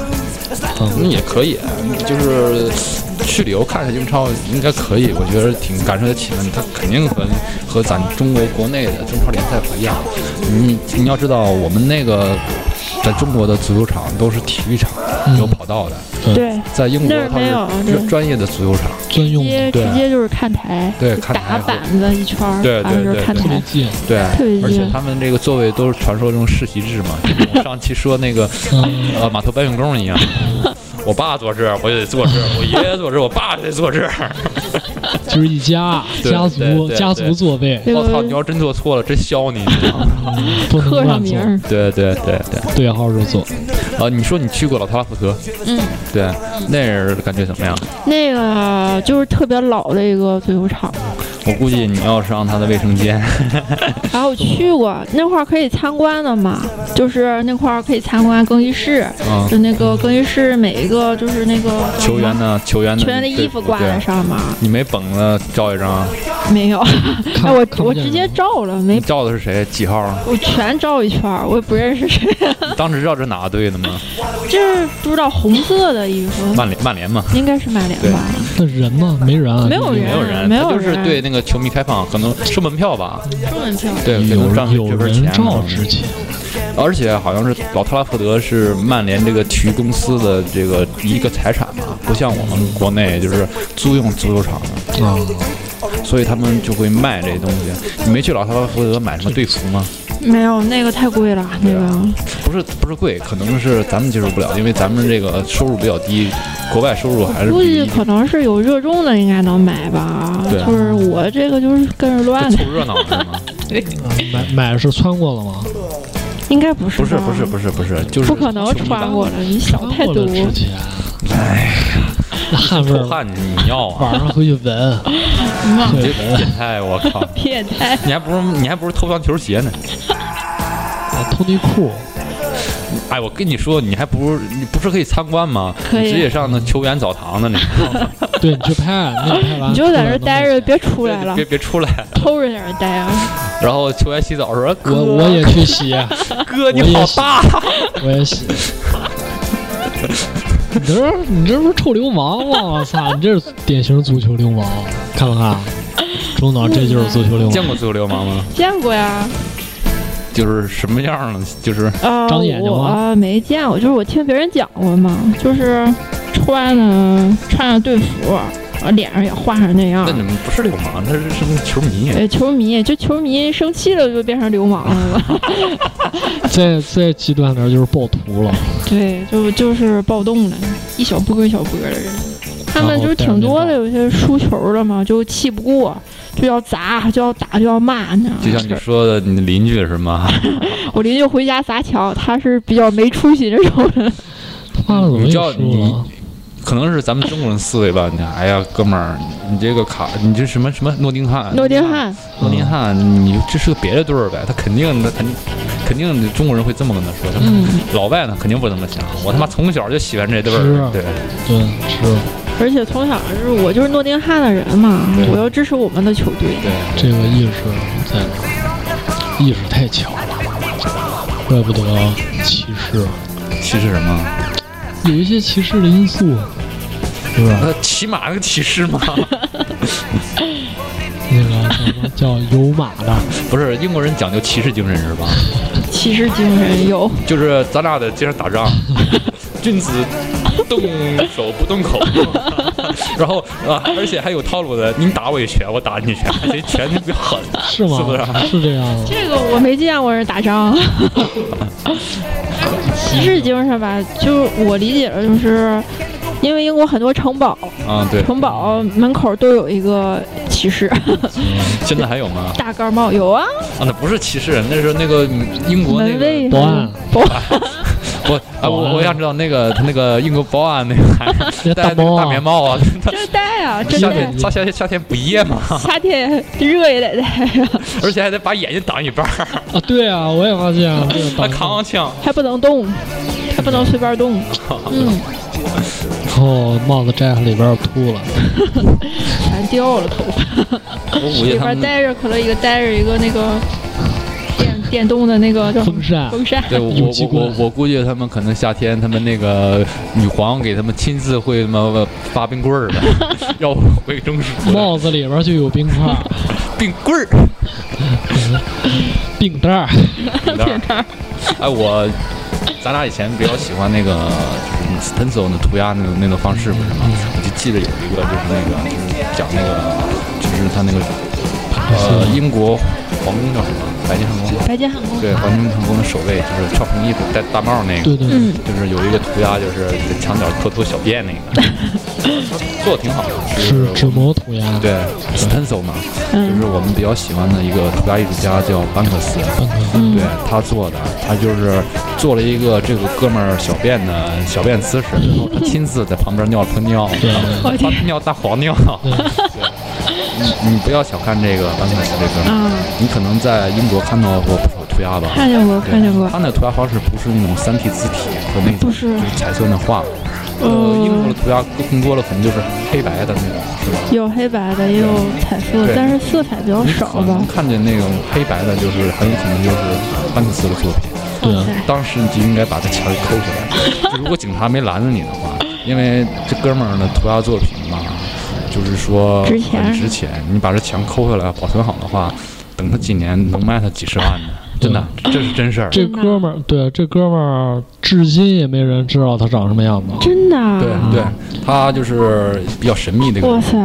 嗯，也可以，就是去旅游看一下英超，应该可以，我觉得挺感受得起的。它肯定和和咱中国国内的中超联赛不一样。你你要知道，我们那个在中国的足球场都是体育场，有跑道的，
对，
在英国
嗯那儿没有
它是
对
专专业的足球场，
专
直
用
接
的，
对
直接就是看台，
对，
就
看
打
台和
板子一圈儿，
对对
完了就是
对
看
对
特别
台。
近。
对
特别，
而
近
且他们这个座位都是传说中世袭制
[LAUGHS]
嘛，就跟我上期说那个
嗯，
呃码头搬运工一样。我爸坐这儿，我也得坐这儿；我爷爷坐这儿，我爸也得坐这儿。
就是一家
对
家
对
族
对
家族
对
座位，
这
我操！
个
你要真做错了，真削你！你知道吗
嗯
不能
刻上
乱坐
名，儿，
对对对对，
对号入座。
啊，你说你去过老特拉福德，
嗯，
对，那儿感觉怎么样？
那个就是特别老的一个足球场，
我估计你要上他的卫生
[LAUGHS]
间，
然后我去过那块儿可以参观的嘛，就是那块儿可以参观更衣室，
嗯，
就那个更衣室每一个就是那个
球员呢，球员的
球员的衣服挂在
对。
上面，
你没绷了照一张啊，
没有，哎
看
我
看不
我
见
直接
人
照了，
你
没
照的是谁？几号啊？
我全照一圈儿，我也不认识谁， [LAUGHS]
你当时照这哪个队的吗？
嗯这是不知道红色的衣服，
曼联，曼联嘛，
应该是曼联吧？
那人呢？没人啊，
没有
啊没有人，
没有
他就是
人
对那个球迷开放，可能收门票吧，
中文票
对，给
有
能赚
有
这份
人
钱
照
嘛
之前，
而且好像是老特拉福德是曼联这个体育公司的这个一个财产嘛，不像我们国内就是租用足球场的，
啊，
嗯所以他们就会卖这些东西。你没去老特拉福德买什么队服吗？
没有那个太贵了，那
啊
个
不是不是贵，可能是咱们接受不了，因为咱们这个收入比较低，国外收入还是
估
比
计可能是有热衷的应该能买吧，
对啊
就是我这个就是跟着乱
就
的，
凑热闹是吗？
啊买买是穿过了吗？
应该不是
不是
吧
不是不是不是，就是
不可能穿过了，你想
穿
哦太
过
多
了。之前，哎，那汗味
臭
儿，
汗你要啊，
晚上回去闻，会
你这变态，我靠！
变态，
你还不如你还不如偷双球鞋呢！
啊通内裤，
哎，我跟你说，你还不如你不是可以参观吗？
可以
你直接上那球员澡堂子里，
对你去拍，那你拍完
[LAUGHS] 你就在这待着，别出
对
来了
别，别出来。
偷着在这待啊。
然后球员洗澡说：“哎哥，
我我也去洗，
[LAUGHS] 哥你
我也
好
洗
大。
我也洗。 [LAUGHS] 你这你这不是臭流氓吗？我操，你这是典型足球流氓，看没看？中岛这就是足球流”
见 [LAUGHS]
氓，
过足球流氓吗？
见过呀，
就是什么样呢？就是
呃，
长眼睛
我、
吗
呃、没见过，就是我听别人讲过嘛，就是穿的穿上队服，呃，脸上也画成那样
那。你们不是流氓，他是什么球迷？啊
呃，球迷就球迷生气了就变成流氓了嘛，
再再极端点就是暴徒了。
对，就就是暴动了，一小波一小波的人，他们就是挺多的，有些输球了嘛，就气不过，就就要砸，就要打，就要骂，你知道吗？
就像你说的，你的邻居是吗？ [LAUGHS]
我邻居回家砸墙，他是比较没出息这种
嗯
人。
话怎么
你知
又
道
说了？
可能是咱们中国人思维吧。你看，哎呀，哥们儿，你这个卡，你这什么什么诺丁汉，
诺丁，汉，
嗯
诺丁汉，你这是个别的队儿呗？他肯定，肯肯定中国人会这么跟他说。他们
嗯，
老外呢，肯定不这么想。我他妈从小就喜欢这队
是
儿
啊，
对，
对，是
而且从小就是我就是诺丁汉的人嘛，我要支持我们的球队。
这个意识在哪儿？意识太强了，怪不得歧视，
歧视什么？
有一些歧视的因素，是吧？
那骑马那个骑
[LAUGHS]
士吗？
那个叫什么叫有马的，
不是，英国人讲究骑士精神是吧？
骑士精神有，
就是咱俩在街上
[LAUGHS]
打仗，君子动手不
[LAUGHS]
动口。然后啊，而且还有套路的，你打我一拳，我打你一拳，谁拳特别狠，
是吗？
是不是啊？
是这样吗？
这个我没见过人
[LAUGHS]
打仗。骑士精神吧，就是我理解的就是，因为英国很多城堡，
啊，对，
城堡门口都有一个骑士，
现在还有吗？
[LAUGHS] 大盖帽有啊，
啊，那不是歧视，那是那个英国那
门
个
卫
保安，
保
啊我啊，
保
我
安
我想知道那个他那个英国保啊安那个还
那
戴
大
那个
猫
大棉
啊， [LAUGHS]
帽啊， [LAUGHS]
真戴啊，真
夏
戴
天
啊，
夏夏夏天不夜嘛，
[LAUGHS]
夏天热也得戴啊，
而且还得把眼睛挡一半儿，
啊，对啊，我也发现啊这个
还
当
扛上枪。
还不能动，还不能随便动。嗯，
然后帽子摘下里边儿秃了，
全掉了头发，
我估
里
计他
边
们
带着可乐一个，带着一个那个电电动的那个叫什么
风扇
风扇。
对我
有
我
机
我
关
我我估计他们可能夏天他们那个女皇给他们亲自会他妈发冰棍
[LAUGHS]
儿的，要回中暑
帽子里边儿就有冰块儿、
冰棍儿。
冰袋儿， [LAUGHS]
哎，我咱俩以前比较喜欢那个就是 stencil 的涂鸦那种那种方式，不是吗？
嗯
我就记得有一个就是那个就是讲那个就是他那个
啊
呃英国皇宫叫什么白金汉宫。
白金汉宫，
对，黄金成功的守卫就是穿红衣服戴大帽那个，
对对对
嗯
就是有一个涂鸦，就是在墙角刻出小便那
[LAUGHS]
个，做的挺好的，就
是
是
纸模涂鸦，
对 stencil 嘛，就
嗯
是我们比较喜欢的一个涂鸦艺术家叫班克斯，
看看，
嗯
对他做的，他就是做了一个这个哥们儿小便的小便姿势，然后他亲自在旁边尿了泡
[LAUGHS]
尿，
对对
大尿大黄尿， [LAUGHS] 你你不要小看这个班克斯这哥们儿，
啊，
你可能在英国看到过不少涂鸦吧？
看见过，
对
看见过。
它那涂鸦方式不是那种三体字体和那种
不是
就是彩色的画。呃，
嗯
英国的涂鸦更多了，可能就是黑白的那种，是吧？
有黑白的，也有彩色的，
对嗯
但是色彩比较
你
少
可
吧
能。看见那种黑白的，就是很有可能就是班克斯的作品。
对
哇塞
当时你就应该把他钱儿扣回来。就如果警察没拦着你的话，因为这哥们儿的涂鸦作品嘛，就是说
值钱
很值钱。你把这钱扣回来保存好的话，等他几年能卖他几十万的，真的，
嗯
这是真事儿。
这哥们儿，对这哥们儿，至今也没人知道他长什么样子，
真的啊？
对对，他就是比较神秘的一个
哇
人，
塞，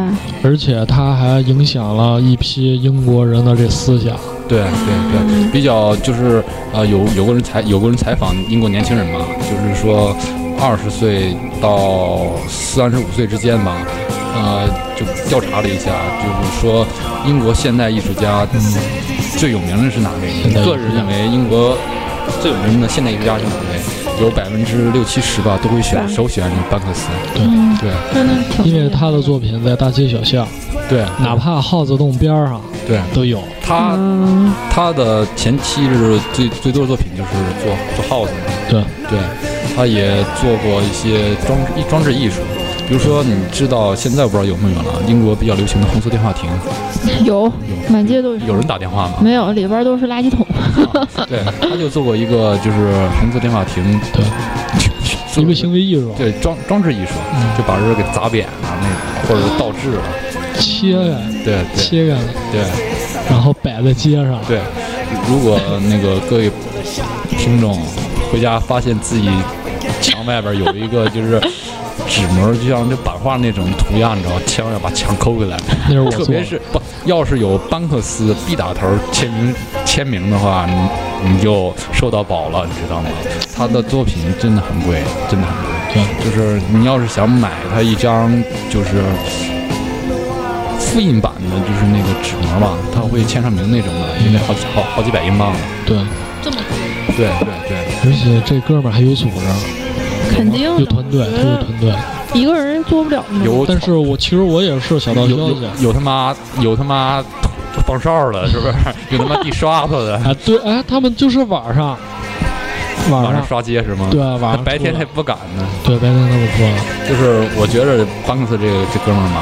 而且他还影响了一批英国人的这思想。
对对对，比较就是呃，有有个人采有个人采访英国年轻人嘛，就是说二十岁到三十五岁之间吧，呃，就调查了一下，就是说英国现代艺术家最有名的是哪位？
嗯现代艺术家
个人认为英国最有名的现代艺术家是哪位？有百分之六七十吧，都会选
班
首选班克斯。
嗯，
对
真的挺
因为他的作品在大街小巷，
对，
哪怕耗子洞边儿上
对
都有。
他
嗯，
他的前期是最最多的作品就是做做耗子，
对，
对，他也做过一些装置装置艺术，比如说你知道现在我不知道有没有了，英国比较流行的红色电话亭，
有，满街都
有人打电话吗？
没有，里边都是垃圾桶。
对，他就做过一个就是红色电话亭，
对，
做
一个嗯行为艺术，
对装装置艺术，就把人给砸扁了那种，或者是倒置了，
切开，
对对
切开，
对。
然后摆在街上。
对，如果那个各位听众回家发现自己墙外边有一个就是纸膜，就像这版画那种图样，你知道，千万要把墙抠回来。
那是我
特
做
别
的，
是不，要是有班克斯 B 打头签名签名的话，你你就受到保了，你知道吗？他的作品真的很贵，真的很贵。
对，
就是你要是想买他一张，就是复印版的，就是那个纸膜吧，它会签上名那种的，也得好几好好几百英镑了。
对，
[LAUGHS] 这
[LAUGHS]
么贵，
对对对，
而且这哥们儿还有组织，
肯定
有
的
团队，
我
他
觉
有
得
团队。
嗯
一个人做不了那么
有
但是我其实我也是小道
有
消
有
息
有他妈有他妈放哨的，是不是？有他妈地刷子
[LAUGHS]
的，
啊，对，哎，他们就是晚上，晚
晚上刷街是吗？
啊对，啊晚
他
上
白天
出
他
来
也不敢呢。
对白天他们出来，
就是我觉着班克斯这个这哥们儿嘛，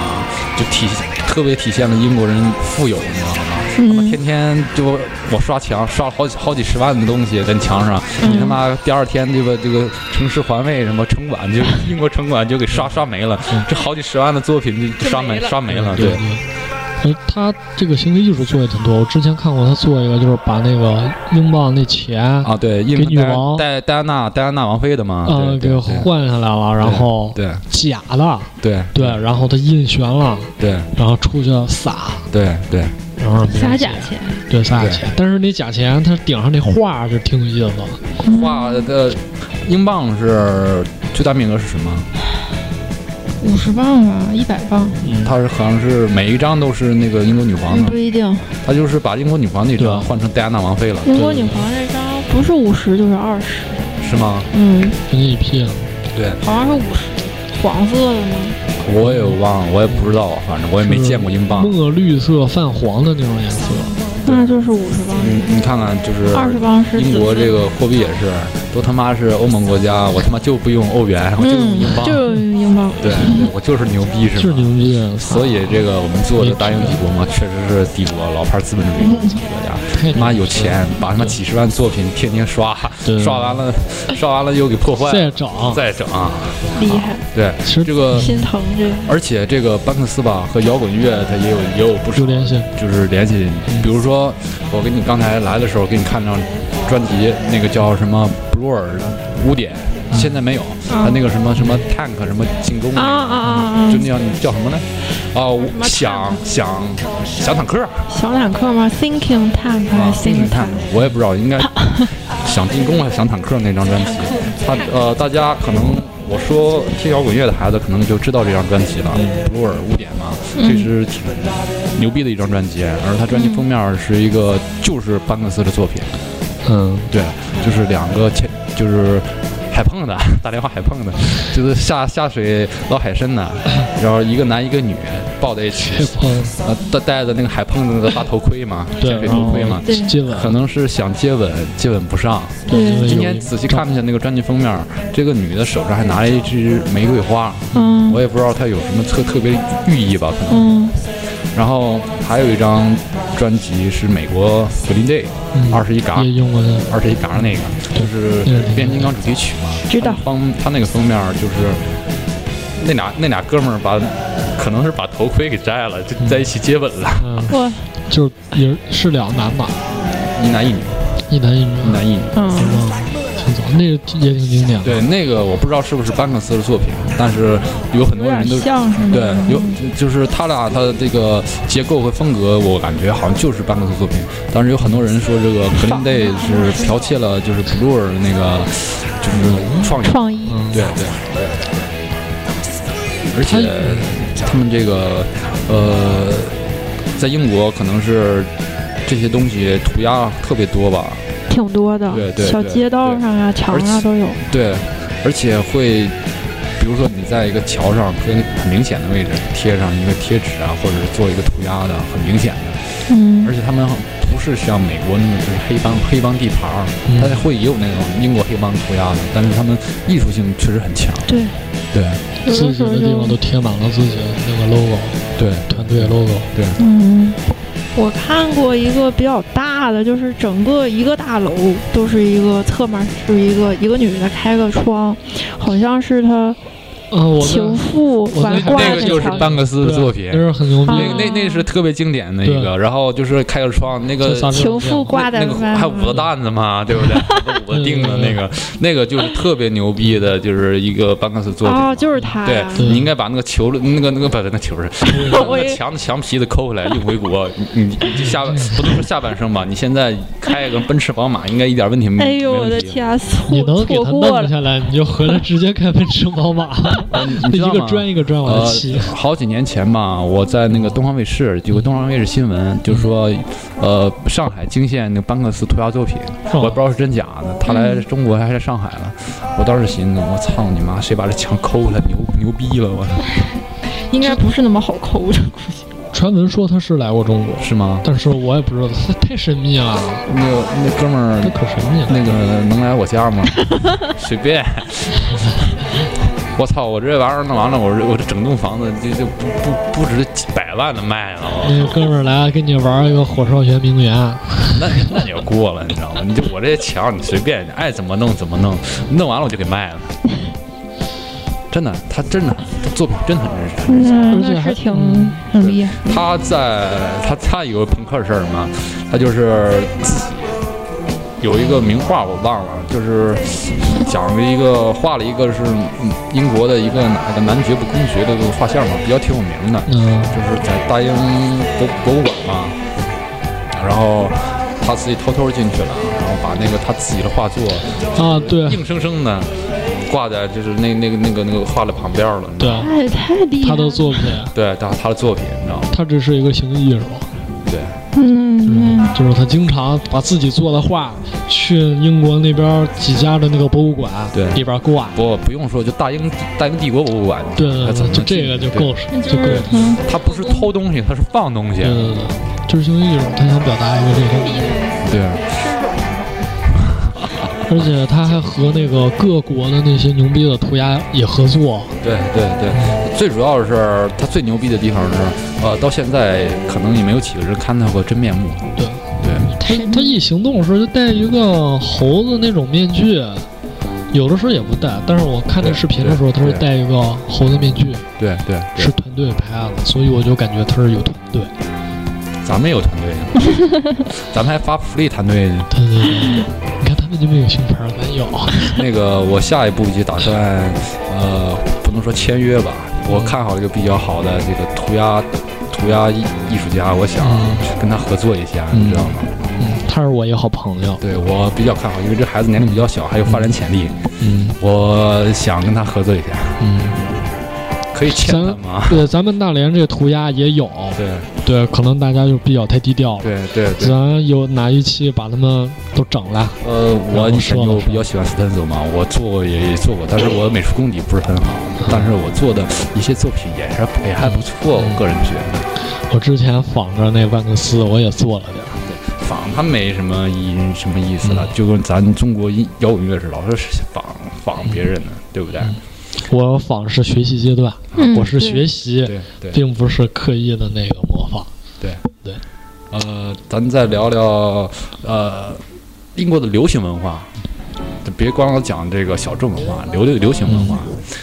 就体特别体现了英国人富有，你知道吗？他妈天天就我刷墙刷了好几好几十万的东西在墙上，
嗯
你他妈第二天这个这个城市环卫什么城管就英国城管就给刷刷没了
嗯，
这好几十万的作品就就刷没刷没了，
对
对，
对。呃他这个行为艺术做的挺多，我之前看过他做一个，就是把那个英镑那钱
啊对，因
给
为
女
戴
王
戴戴安娜戴安娜王妃的嘛，
呃
对
给
对
换下来了，然后
对
假的，
对
对，然后他印悬了，
对
然后出去撒，
对对，
然后让别人
撒
写
假钱，
对撒
对
钱，但是那假钱它顶上那画是挺有意思的，
哇的呃英镑是最大面额是什么？
五十磅吧，一百磅，
他是好像是每一张都是那个英国女皇
嗯
的
不，一定。
他就是把英国女皇那
对啊
张换成戴安娜王妃了，
英国女皇那张不是五十就是二十，
是吗？
嗯，
人家一批了。
对，
好像是五十，黄色的吗？
我也忘了，我也不知道，反正我也没见过英镑。
墨啊绿色泛黄的那种颜色，
那就是五十磅，
你你看看，就是
嗯二十磅是紫色
英国这个货币也是，都他妈是欧盟国家，我他妈就不用欧元，我就用
嗯
英，镑，
就是英镑。
对，对我就是牛逼，
是
是
牛
吗？
逼啊！
所以这个我们做的大英帝国嘛，确实是帝国老牌资本主义国家。
太
妈有钱，把他妈
对
几十万作品天天刷
对，
刷完了，刷完了又给破坏，
再涨，
再整啊。
厉害，
对，
其实
这个，
心疼这个。
而且这个班克斯吧和摇滚乐它也有也有不少
有联系，
就是联系。比如说，我给你刚才来的时候给你看张专辑，那个叫什么布鲁尔污点，现在没有，他那个什么什么 tank 什么进攻那
啊
个
啊啊
就那叫叫什么呢？啊，我
么 tank？
想想想坦克。
啊！小坦克吗？Thinking Tank
啊
还，是
真是
Think
坦
Tank？
我也不知道，应该想进攻还是想坦克那张专辑。他呃，大家可能我说听摇滚乐的孩子可能就知道这张专辑了，布鲁尔污点嘛，这是挺牛逼的一张专辑，而他专辑封面是一个就是班克斯的作品，
嗯，
对，就是两个前就是。海碰的， [LAUGHS] 大连话海碰的，就是下下水捞海参的，然后一个男一个女抱在一起，
这帮
呃，戴戴着那个海碰的大头盔嘛，
对哦
潜，水头盔嘛，
对
接吻，
可能是想接吻，接吻不上。
对，
今天仔细看了一下那个专辑封面，这个女的手上还拿了一支玫瑰花，
嗯
我也不知道它有什么特特别寓意吧，可能。
嗯，
然后还有一张专辑是美国 Green Day，二十一嘎
也，用过的，
二十一嘎那个，就是变形金刚主题曲嘛。
知道
它封它那个封面就是那俩那俩哥们儿把，可能是把头盔给摘了，就在一起接吻了，
嗯，
我
就是也是两男吧，
一男一女，
一男一女，
一男一女。
嗯，
嗯，挺早，那也挺经典的，
对，那个我不知道是不是班克斯的作品，但是有很
有
多人
点
都
像是吗？
对，有就是他俩他的这个结构和风格，我感觉好像就是班克斯作品。但是有很多人说这个 Green Day 是剽窃了，就是 Blur 那个就是创意，
创意。
对对对。而且他们这个呃，在英国可能是这些东西涂鸦特别多吧，
挺多的，
对对
小
对
街道
对
上啊、墙
而
上
且
都有。
对，而且会，比如说你在一个桥上，可以很明显的位置贴上一个贴纸啊，或者是做一个涂鸦的，很明显的。
嗯
而且他们不是像美国那种就是黑帮黑帮地盘儿，他会也有那种英国黑帮涂鸦的，但是他们艺术性确实很强。
对，
对
有
自
的
己
时候
的地方都
就
贴满了自己的那个 logo，
对
团队 logo，
对，
嗯，我看过一个比较大的，就是整个一个大楼都是一个侧面是一个一个女的开个窗，好像是她
嗯，我
情
那
妇
我
完
那
挂
那
在
个
墙
就是
上。
班克斯
对那是很牛逼，
那那那是特别经典的一个，然后就是开个窗，那
在
个
撒尿
情妇
片
挂在
那个还有五个蛋子嘛，对
[LAUGHS]
不对？五个定的那
嗯
个， [LAUGHS] 那个就是特别牛逼的，就是一个班克斯作品嘛。
哦，就是她
对
呀。
对
你应该把那个球的，那个那个不是那
[LAUGHS]
球是，把那个墙墙皮子抠下来运回国。你你你下半不能说下半生吧？你现在开个奔驰宝马，应该一点问题没。
哎呦，
没
我
问
的
题！
天啊，
你
错
能给
错
他
过
弄
了。
下来，你就回来直接开奔驰宝马。
啊你知
[LAUGHS] 一
道
个
吗？
砖一个砖往
呃
下砌，，
好几年前吧，我在那个东方卫视有个东方卫视新闻，就说，呃，上海惊现那个班克斯涂鸦作品，
是吧
我也不知道是真假的，他来中国还是上海了，我当时寻思，我操你妈，谁把这墙抠了，牛牛逼了，我操，
应该不是那么好
[LAUGHS]
抠的。
传闻说他是来过中国，
是吗？
但是我也不知道，他太神秘了，
那个那哥们
他
儿，
可神秘了。
那个能来我家吗？ [LAUGHS] 随便。 [LAUGHS] 我操！我这玩意儿弄完了，我这我这整栋房子就就不不不值几百万的卖了。我
那个哥们儿来跟你玩一个火烧圆明园，
那你那你就过了，你知道吗？你就我这些墙，你随便，你爱怎么弄怎么弄，弄完了我就给卖了。真的，他真的他作品真的很真实。
嗯，
而且
那
还
是挺很厉害。
嗯
他在他他有个朋克事儿嘛，他就是自己有一个名画我忘了，就是讲了一个画了一个是嗯英国的一个哪个男爵不公爵的一个画像嘛，比较挺有名的。
嗯，
就是在大英博博物馆嘛，然后他自己偷偷进去了，然后把那个他自己的画作
啊对
硬生生的挂在就是那那个那个那个画的旁边了。
对，
太太厉害了，嗯
他的作品，
对，他他的作品，你知道吗？
他只是一个行为艺术，
对，
嗯，嗯，
就是他经常把自己做的画去英国那边几家的那个博物馆
对
里边挂，
不不用说，就大英大英帝国博物馆，
对
他
对
怎
对，
么
就
能进
这
去
个就
对
够是就够
就是
了，
嗯
他不是偷东西，他是放东西啊
对。对对，就是行为艺术，他想表达一个这个东西。
对，
而且他还和那个各国的那些牛逼的涂鸦也合作，
对对对，最主要是他最牛逼的地方是，呃，到现在可能也没有几个人看到过真面目。
对
对，
他他一行动的时候就戴一个猴子那种面具，有的时候也不戴，但是我看那视频的时候，他
对
是
对
戴一个猴子面具，
对对对，
是团队拍案的，所以我就感觉他是有团队。
咱们也有团队呀，咱们还发福利团队
[LAUGHS]
呢。
对对对，你看他们就没有星牌，咱有。
那个，我下一步就打算，呃，不能说签约吧，我看好一个比较好的这个涂鸦涂鸦艺艺术家，我想
嗯
跟他合作一下，
嗯
你知道吗？
[LAUGHS] 嗯，他是我一个好朋友。
对我比较看好，因为这孩子年龄比较小，还有发展潜力，
嗯
我想跟他合作一下，
嗯，
可以签他吗？
对，咱们大连这涂鸦也有，
对
对，可能大家就比较太低调了。
对对对，
咱有哪一期把他们都整来？
呃，我
然后
以前
说了
就
说
比较喜欢斯坦索嘛，我做过也也做过，但是我美术功底不是很好，
嗯
但是我做的一些作品也是也还不错，我个人觉得，
我之前仿着那万克斯，我也做了点儿。
仿它没什么意什么意思了
嗯，
就跟咱中国音摇滚乐是老是仿
嗯
仿别人的，对不对？
我仿是学习阶段，啊
嗯
我是学习，
对对，
并不是刻意的那个模仿。
呃，咱再聊聊呃英国的流行文化，就别光老讲这个小众文化，流流行文化，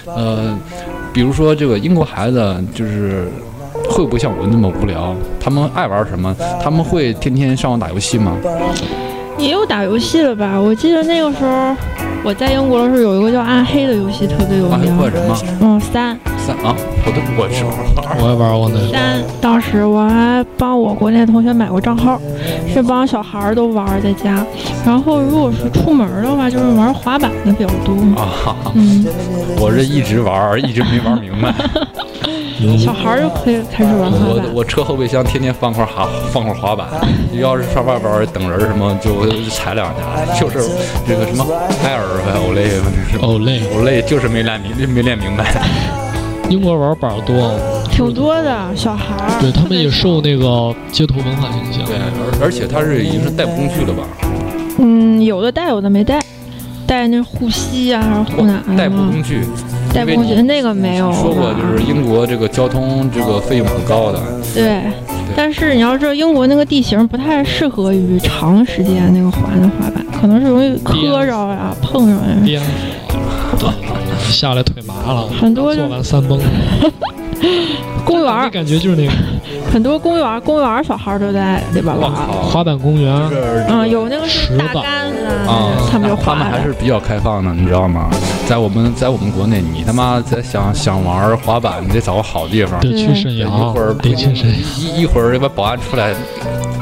嗯
呃，比如说这个英国孩子就是会不会像我那么无聊？他们爱玩什么？
嗯
他们会天天上网打游戏吗？
也有打游戏了吧？我记得那个时候我在英国的时候有一个叫《暗黑》的游戏特别有
玩会
名，
什么？
嗯，三
三啊，我都我是玩
我也玩过那个，
三，当时我还帮我国内同学买过账号，这帮小孩儿都玩儿在家。然后如果是出门的话，就是玩滑板的比较多。
[LAUGHS] 啊，
嗯，
我这一直玩，一直没玩明白。
小孩儿就可以开始玩滑
我
[LAUGHS] 板。
我车后备箱天天放块滑放块滑板，要是上外边儿等人什么就踩两下，就是这个什么艾尔呗，欧雷吧，那是
哦嘞，
欧雷就是没练明没练明白。
英国玩板儿多，啊
挺多的小孩儿，
对他
特
们
别
也受那个街头文化影响。
对，而而且它是已经是代步工具了吧？
嗯，有的带，有的没带，带那护膝呀、还是护哪
代步
啊？
工具，
带不
因为
过
你
去那个没有吧。
说过就是英国这个交通这个费用很高的，
对，但是你要知道英国那个地形不太适合于长时间那个滑的滑板，可能是容易磕着呀、
啊
碰着呀。
颠覆了，下来腿麻了，
很多就
做啊完三蹦子。
公园
那
儿
感觉就是那个
很多公园儿公园儿小孩儿都在里边
我
玩。
靠，
滑板公园，
嗯，有那个是大
池子
杆子啊
啊，，
他们就
他
滑
们还
的。
是比较开放的，你知道吗？在我们在我们国内，你他妈在想想玩滑板，你得找个好地方。
得
对
去沈
一会儿
阳，得去沈阳。
一一会儿，要不保安出来，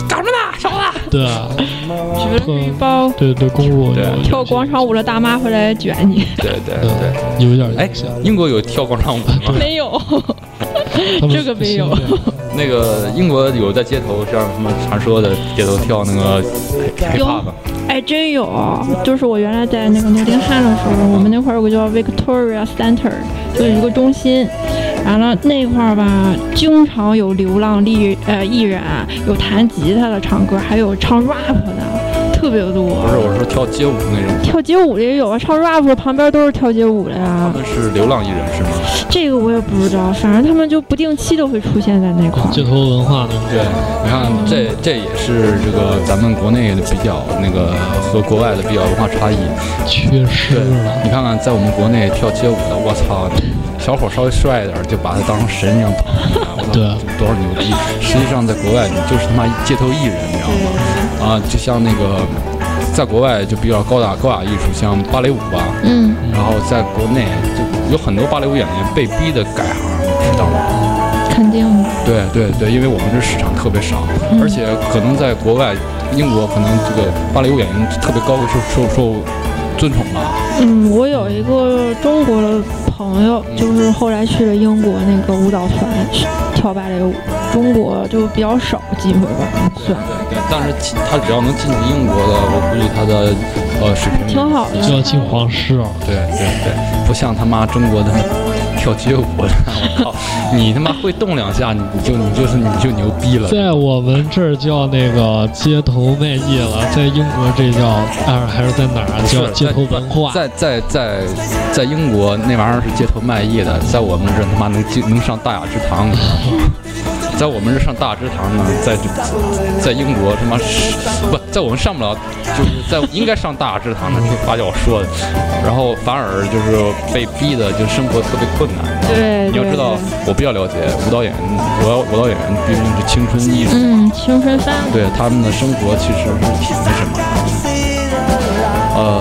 干什么呢，小伙子？ [LAUGHS]
对啊，
举着绿包
对对，公路
对啊
有有
跳广场舞的大妈会来卷你，
对对
对
对。
有点
哎
影响，
英国有跳广场舞
嗯
吗？
[LAUGHS] 没有，
他们
这个没有
不信这个
那个英国有在街头，像什么传说的街头跳那个 hiphop 吗
哎，真有，就是我原来在那个诺丁汉的时候，我们那块儿有个叫 Victoria Center，就是一个中心。完了那块儿吧，经常有流浪艺呃艺人，有弹吉他的唱歌，还有唱 rap 的，特别多
不。是，我说跳街舞那种，
跳街舞的也有啊，唱 rap 的旁边都是跳街舞的呀
他。们是流浪艺人是吗？
这个我也不知道，反正他们就不定期的会出现在那块儿。
街头文化那种
对，你看这这也是这个咱们国内的比较那个和国外的比较文化差异。
缺失
对
了，，
你看看在我们国内跳街舞的，我操，小伙稍微帅一点就把他当成神一样捧啊，我操
对，
多少牛逼！实际上在国外你就是他妈街头艺人，你知道吗？啊，就像那个。在国外就比较高雅高雅艺术，像芭蕾舞吧，
嗯，
然后在国内就有很多芭蕾舞演员被逼的改行，你知道吗？
肯定的。
对对对，因为我们这市场特别少，而且可能在国外，英国可能这个芭蕾舞演员特别高贵，受受受尊崇吧。
嗯，我有一个中国的朋友，就是后来去了英国那个舞蹈团去跳芭蕾舞，中国就比较少机会吧，算
对对，但是其他只要能进入英国的，我估计他的呃水平
挺好
就
的。
要进皇室哦了。
对对对，不像他妈中国的跳街舞的，我靠，你他妈会动两下，你你就你就是你就牛逼了。
在我们这儿叫那个街头卖艺了，在英国这叫啊，还是在哪儿啊
是
叫街头文化？
在在在在英国那玩意儿是街头卖艺的，在我们这他妈能进能上大雅之堂，你知道吗？在我们这上大雅之堂呢，在在英国他妈是不在我们上不了，就是在应该上大雅之堂的，听发叫我说的，然后反而就是被逼的，就生活特别困难。啊
对，
你要
对
知道，我比较了解舞蹈演员，舞蹈舞蹈演员毕竟是青春艺术，
嗯，青春饭
对他们的生活其实是挺那什么的。呃，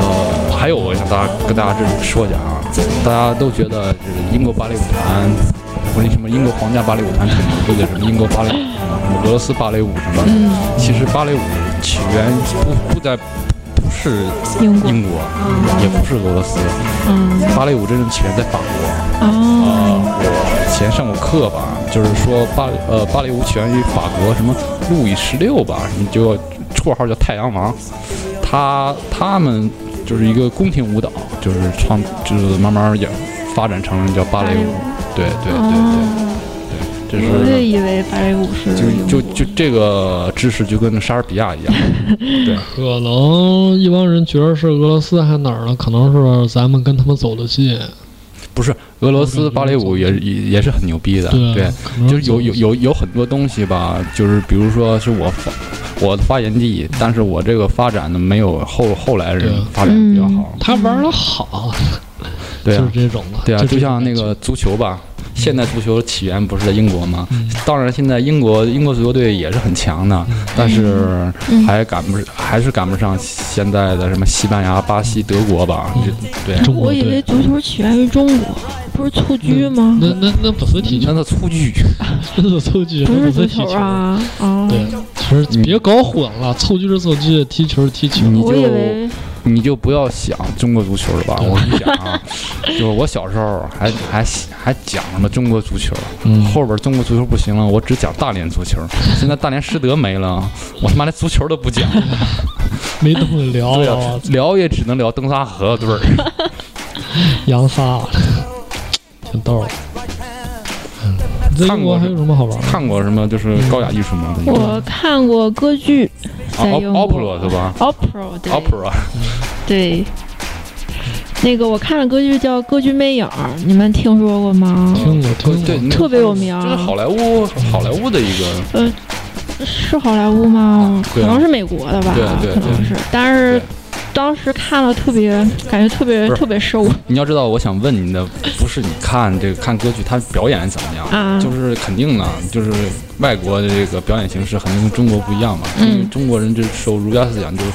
还有我想大家跟大家这里说一下啊，大家都觉得这个英国芭蕾舞团，或者什么英国皇家芭蕾舞团挺牛逼的，什么英国芭蕾舞，什么俄罗斯芭蕾舞什么，其实芭蕾舞起源不不在不是
英国，
英国，也不是俄罗斯，
嗯
芭蕾舞真正起源在法国。
哦，
啊，我以前上过课吧，就是说芭呃芭蕾舞起源于法国什么路易十六吧，你就绰号叫太阳王，他他们就是一个宫廷舞蹈，就是创就是慢慢也发展成叫芭蕾舞，对对对
哦
啊对，这
我也
是。
以为芭蕾舞是英
就
国
就就这个知识就跟莎士比亚一样，对，
可能一帮人觉得是俄罗斯还哪儿呢？可能是咱们跟他们走得近，
不是俄罗斯芭蕾舞也也也是很牛逼的，对，
可能
就是有
走
有有有很多东西吧，就是比如说是我发我的发源地，但是我这个发展呢没有后后来人
对啊
发展得比较好，
嗯
他玩的好，
对
就是
啊
这种的，
对啊，
是
就
这种
像那
感
个
觉
足球吧，现代足球起源不是在英国吗？
嗯
当然现在英国英国足球队也是很强的，但是
嗯
还赶不还是赶不上现在的什么西班牙、巴西、德国吧？
嗯
这对啊，
中国
我以
队，
为足球起源于中国，不是蹴鞠吗？
那那那不是踢球
那，他蹴鞠，
那是蹴鞠，
不
那不
是足
是踢
球
球。
啊，哦，
对，其
嗯
实别搞混了，蹴鞠是蹴鞠，踢球是踢球。
你
我以
就
为
你就不要想中国足球了吧？我跟你讲啊，就是我小时候还还还讲什么中国足球，
嗯
后边中国足球不行了，我只讲大连足球。现在大连师德没了，我他妈连足球都不讲，
没动么聊啊
对呀啊
了，
聊也只能聊登沙河队儿。
扬仨， [LAUGHS] 挺逗的。嗯，在英国还有什么好玩的？
看过什么就是高雅艺术吗？
我看过歌剧，
啊
在英国
opera 对吧
opera 对
，opera
对，那个我看了歌剧叫《歌剧魅影》，你们听说过吗？
听过，听过。
对，那个
特别有名
这是好莱坞好莱坞的一个
呃，是好莱坞吗？
嗯
可
对啊
能是美国的吧，
对啊对对
可能是，但是
对。
当时看了特别，感觉特别
不是
特
[LAUGHS]
别瘦
你要知道，我想问你的不是你看这个看歌剧，它表演怎么样？
啊
就是肯定的，就是外国的这个表演形式肯定跟中国不一样嘛。
嗯
因为中国人这受儒家思想就是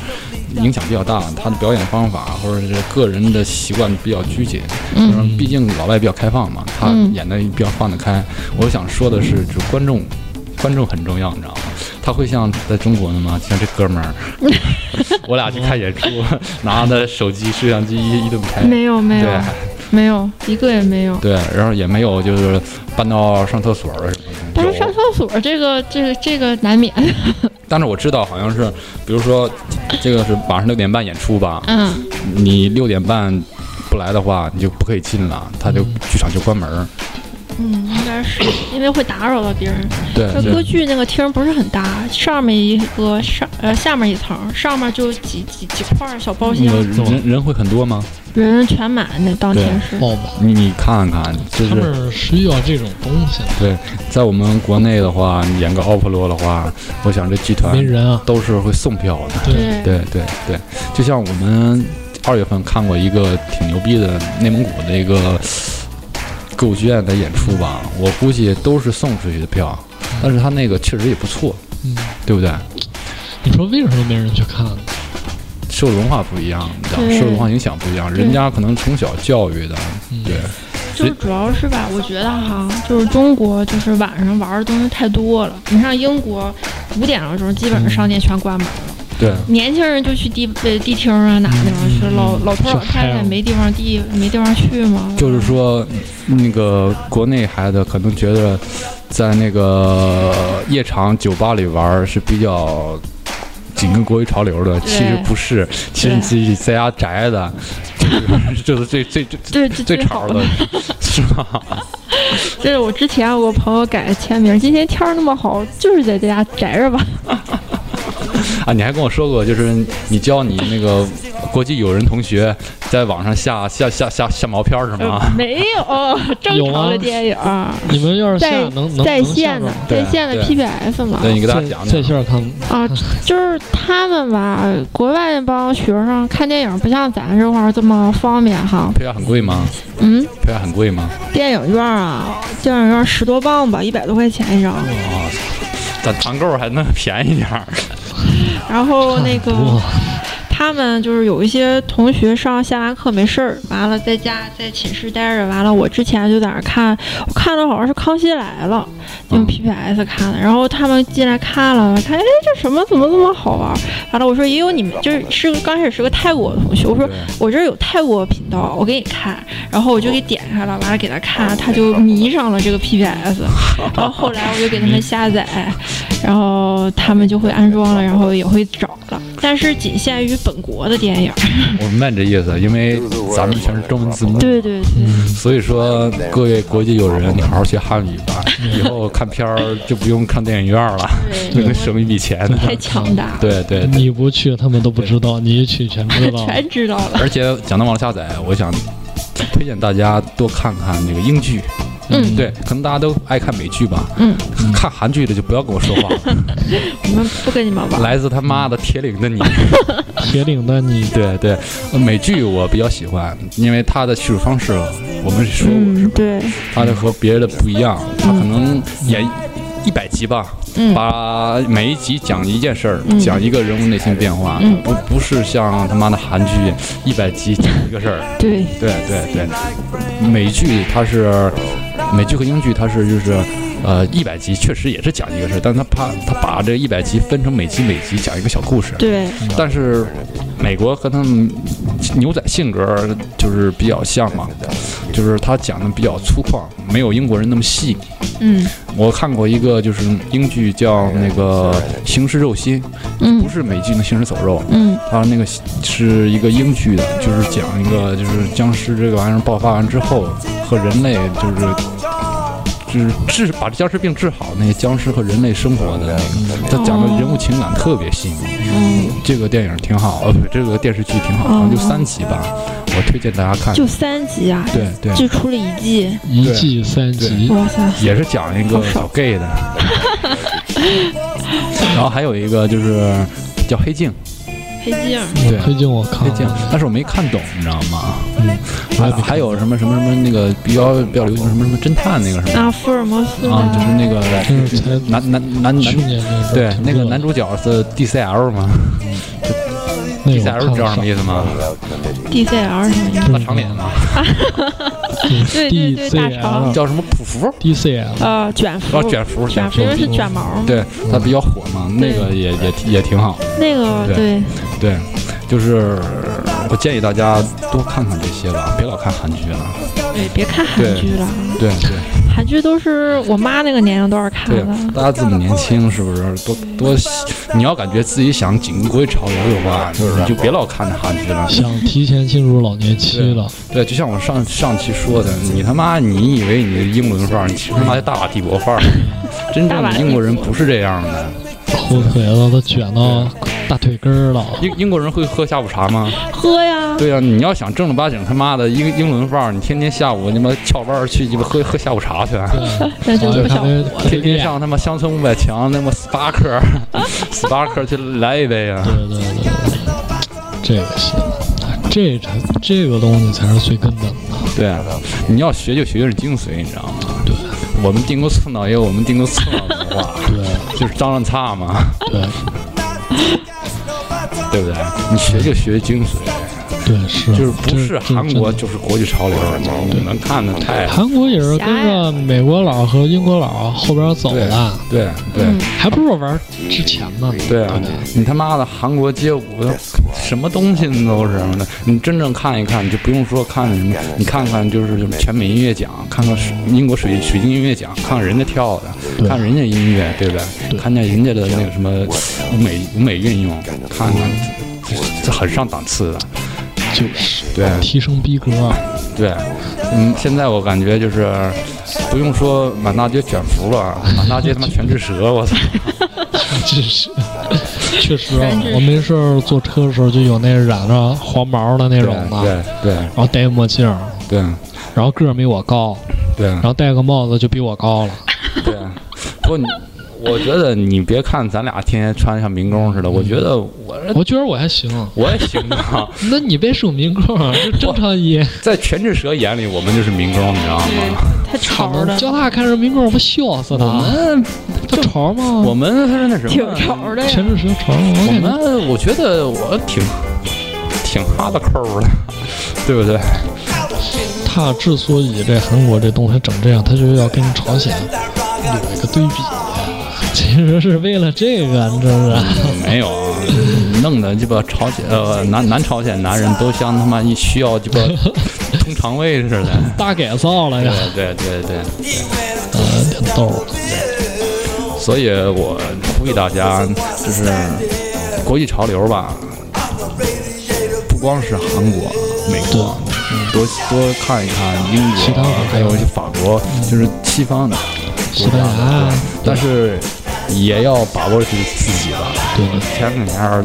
影响比较大，他的表演方法或者是个人的习惯比较拘谨。嗯，毕竟老外比较开放嘛，他
嗯
演的比较放得开。我想说的是，就是观众，观众很重要，你知道吗？他会像在中国的吗？像这哥们
[LAUGHS]
儿，我俩去看演出， [LAUGHS] 拿着手机、摄像机一一顿拍，
没有没有
对
没有一个也没有。
对，然后也没有就是搬到上厕所了什么的。
但是
有
上厕所这个这个这个难免，
但是我知道好像是，比如说这个是晚上六点半演出吧，
嗯，
你六点半不来的话，你就不可以进了，他就剧场就关门儿。
嗯， [LAUGHS] 应该是因为会打扰到别人。
对
这歌
对
剧那个厅不是很大，上面一个上呃下面一层，上面就几几几块小包
那个
厢，
走了
人人会很多吗？
人全满那当天是。
爆满。
你你看看，就
哦他
是
们需要这种东西，
在我们国内的话，你演个奥普罗的话，我想这剧团
没人啊。
都是会送票的。
对，
对对对，就像我们二月份看过一个挺牛逼的内蒙古的一个歌舞剧院的演出吧，我估计都是送出去的票，
嗯
但是他那个确实也不错，
嗯，
对不对？
你说为什么没人去看呢？
受的文化不一样，你知道，
对
受的文化影响不一样，
对
人家可能从小教育的，
嗯
对，
就是主要是吧，我觉得哈，就是中国就是晚上玩的东西太多了。你像英国，五点了钟基本上商店全关门
嗯
了，
对，
年轻人就去地呃地厅啊哪地方去，
嗯
老老
去
头老太
嗨
太
了
没地方地没地方去嘛。
就是说，那个国内孩子可能觉得，在那个夜场酒吧里玩儿是比较紧跟国语潮流的，其实不是，其实你自己在家宅 [LAUGHS] 的，这是最最最
对，这
最最
最好
潮
了
的。，是吧？
这是我之前我朋友改的签名，今天天儿那么好，就是在家宅着吧。
啊，你还跟我说过，就是你教你那个国际友人同学在网上下下下下下毛片儿是
啊
吗？
呃没有正常的电影，
你们要是下
在
能能
在
能下
线
着
的
吗
对
在线的
对
PBS 嘛。
对，你给大家讲
在在
讲。
线看，
啊，就是他们吧，国外那帮学生看电影不像咱这块儿这么方便哈。
票价很贵吗？
嗯，
票价很贵吗？
电影院啊，电影院十多磅吧，一百多块钱一张。
啊，咱团购还能便宜点儿。
然后
哎
那个
哇，
他们就是有一些同学上下完课没事儿，完了在家在寝室待着，完了我之前就在那儿看，我看的好像是《康熙来了》，用
嗯
PPS 看的，然后他们进来看了，看哎这什么怎么这么好玩儿？完了我说也有你们，就是是个刚开始是个泰国的同学，我说
对
我这儿有泰国频道，我给你看，然后我就给点开了，完了给他看，他就迷上了这个 PPS，然后后来我就给他们下载，然后他们就会安装了，然后也会找了，但是仅限于本国的电影。
我明白你这意思，因为咱们全是中文字幕，
对对对，
所以说各位国际友人，你好好学汉语吧，
嗯
以后看片儿就不用看电影院了，
[LAUGHS]
就能省一笔钱。 [LAUGHS]
太强大了，
对对，对
你不去他们都不知道，你一去全知道。
全知道了。
而且讲到网络下载，我想推荐大家多看看那个英剧。
嗯
对，可能大家都爱看美剧吧。
嗯，
看韩剧的就不要跟我说话
[LAUGHS]
了。
我们不跟你们玩儿。
来自他妈的铁岭的你。
嗯铁岭的你，
对对，呃美剧我比较喜欢，因为它的叙述方式我们说过是
嗯，
吧？
对，
它的和别的不一样，它可能演一百集吧，
嗯
把每一集讲一件事儿，
嗯
讲一个人物内心变化，
嗯
不不是像他妈的韩剧一百集讲一个事儿。
对，
对对对，美剧它是美剧和英剧它是就是。呃，一百集确实也是讲一个事儿，但它怕它把这一百集分成每集每集讲一个小故事。
对，
但是美国和他们牛仔性格就是比较像嘛，就是他讲的比较粗犷，没有英国人那么细腻。
嗯
我看过一个就是英剧叫那个《行尸肉心》，
嗯
不是美剧的《行尸走肉》，
嗯
它那个是一个英剧的，就是讲一个就是僵尸这个玩意儿爆发完之后和人类就是。就是治把这僵尸病治好，那些僵尸和人类生活的那个，他讲的人物情感特别细腻。
嗯，
这个电影挺好，呃，不是，这个电视剧挺好，好像就三集吧，我推荐大家看。
哦就三集啊，
对对，嗯
就出了一季，
一季三集，
哇塞，
也是讲一个小 gay 的。
[LAUGHS]
然后还有一个就是叫《黑镜
黑镜儿，
对
推荐我》，看啊
黑镜
了，，
但是我没看懂，你知道吗？
嗯，
还还有什么什么什么那个比较比较流行什么什么侦探那个什
啊，福尔摩斯
么啊，就是那个
嗯，才
男男男
去
男
年那个
对
挺
那个
热的
男主角是 DCL 嘛，
那哎我
DCL
看
知道
了
什么意思吗？
DCL 什么意思？
大长脸嘛，
对对对，大潮
叫什么普福，
DCL，
呃卷
啊
哦
福，
卷福，
卷
福
福，因，为是卷毛，
对，它比较火嘛，那
对
个也也也挺好。
那个对
对，就是我建议大家多看看这些吧，别老看韩剧了。
对，别看韩剧了，
对对
韩剧都是我妈那个年龄段看的，
对，大家这么年轻，是不是多多？你要感觉自己想紧跟潮流的话，就是你就别老看着韩剧了。
想提前进入老年期了，
对，就像我上上期说的，你他妈你以为你的英伦范儿，你其实他妈就大瓦帝国范儿。真正的英国人不是这样的，
后腿了都卷到大腿根儿了，
英英国人会喝下午茶吗？
喝呀，
对呀、你要想正儿八经他妈的英英伦范儿，你天天下午你妈翘班儿去鸡巴喝喝下午茶去，
[LAUGHS]
啊
那就
然后
不
就
小
还。得
天天
练，
上他妈乡村五百强那么星巴克星巴克去来一杯啊！
对对对对，这个行，这才这个东西才是最根本的，
对啊，你要学就学学精髓，你知道吗？对，我们定国刺脑也有我们定国刺脑
[LAUGHS]
文化，
对
就是脏乱差嘛，
对
对不对？你学就学精髓，
对是，
就是不是
这这
韩
真的
国就是国际潮流，你们看的太
韩国也是跟着美国佬和英国佬后边走
对
的，
对对。
还不如玩之前呢。
对啊，你他妈的韩国街舞什么东西呢都是什么的，你真正看一看，你就不用说看什么，你看看就是就是全美音乐奖，看看水英国水水晶音乐奖，看看人家跳的，
对
看人家音乐，对不对？看见人家的那个什么舞美舞美运用，看看这这很上档次的，
就是
对
提升逼格，
对，嗯，现在我感觉就是不用说满大街卷福了，满大街他妈全是蛇，我操！
这是 [LAUGHS] 确实啊。我没事儿坐车的时候就有那染着黄毛的那
对
种的，
对对
然后戴一墨镜儿，
对
然后个儿没我高，
对，
然后戴个帽子就比我高了。
对，啊不过你，我觉得你别看咱俩天天穿像民工似的，我觉得我这
我觉得我还行，
我也行啊，
那你别属民工啊，这正常也。
在全智蛇眼里，我们就是民工，你知道吗？
太潮
我
了，
叫他看着民工，我不笑死
我
他？
们
他潮吗？
我们他是那什
挺
么，
潮的呀。
全是学潮吗？我
我
感觉
们我觉得我挺挺哈的扣的，对不对？
他之所以这韩国这东西整这样，他就是要跟朝鲜有一个对比，其实是为了这个，你知道吗？
没有啊，弄得鸡巴朝鲜呃南南朝鲜男人都像他妈一需要鸡巴通肠胃似的，
大改造了呀，
对对对。对
呃，挺逗的。
所以我呼吁大家，就是国际潮流吧，不光是韩国、美国，多多看一看英
其他
国啊
国家，
还有一些法国，就是西方的
嗯西班牙，
但是也要把握住自己吧。
对
我前两天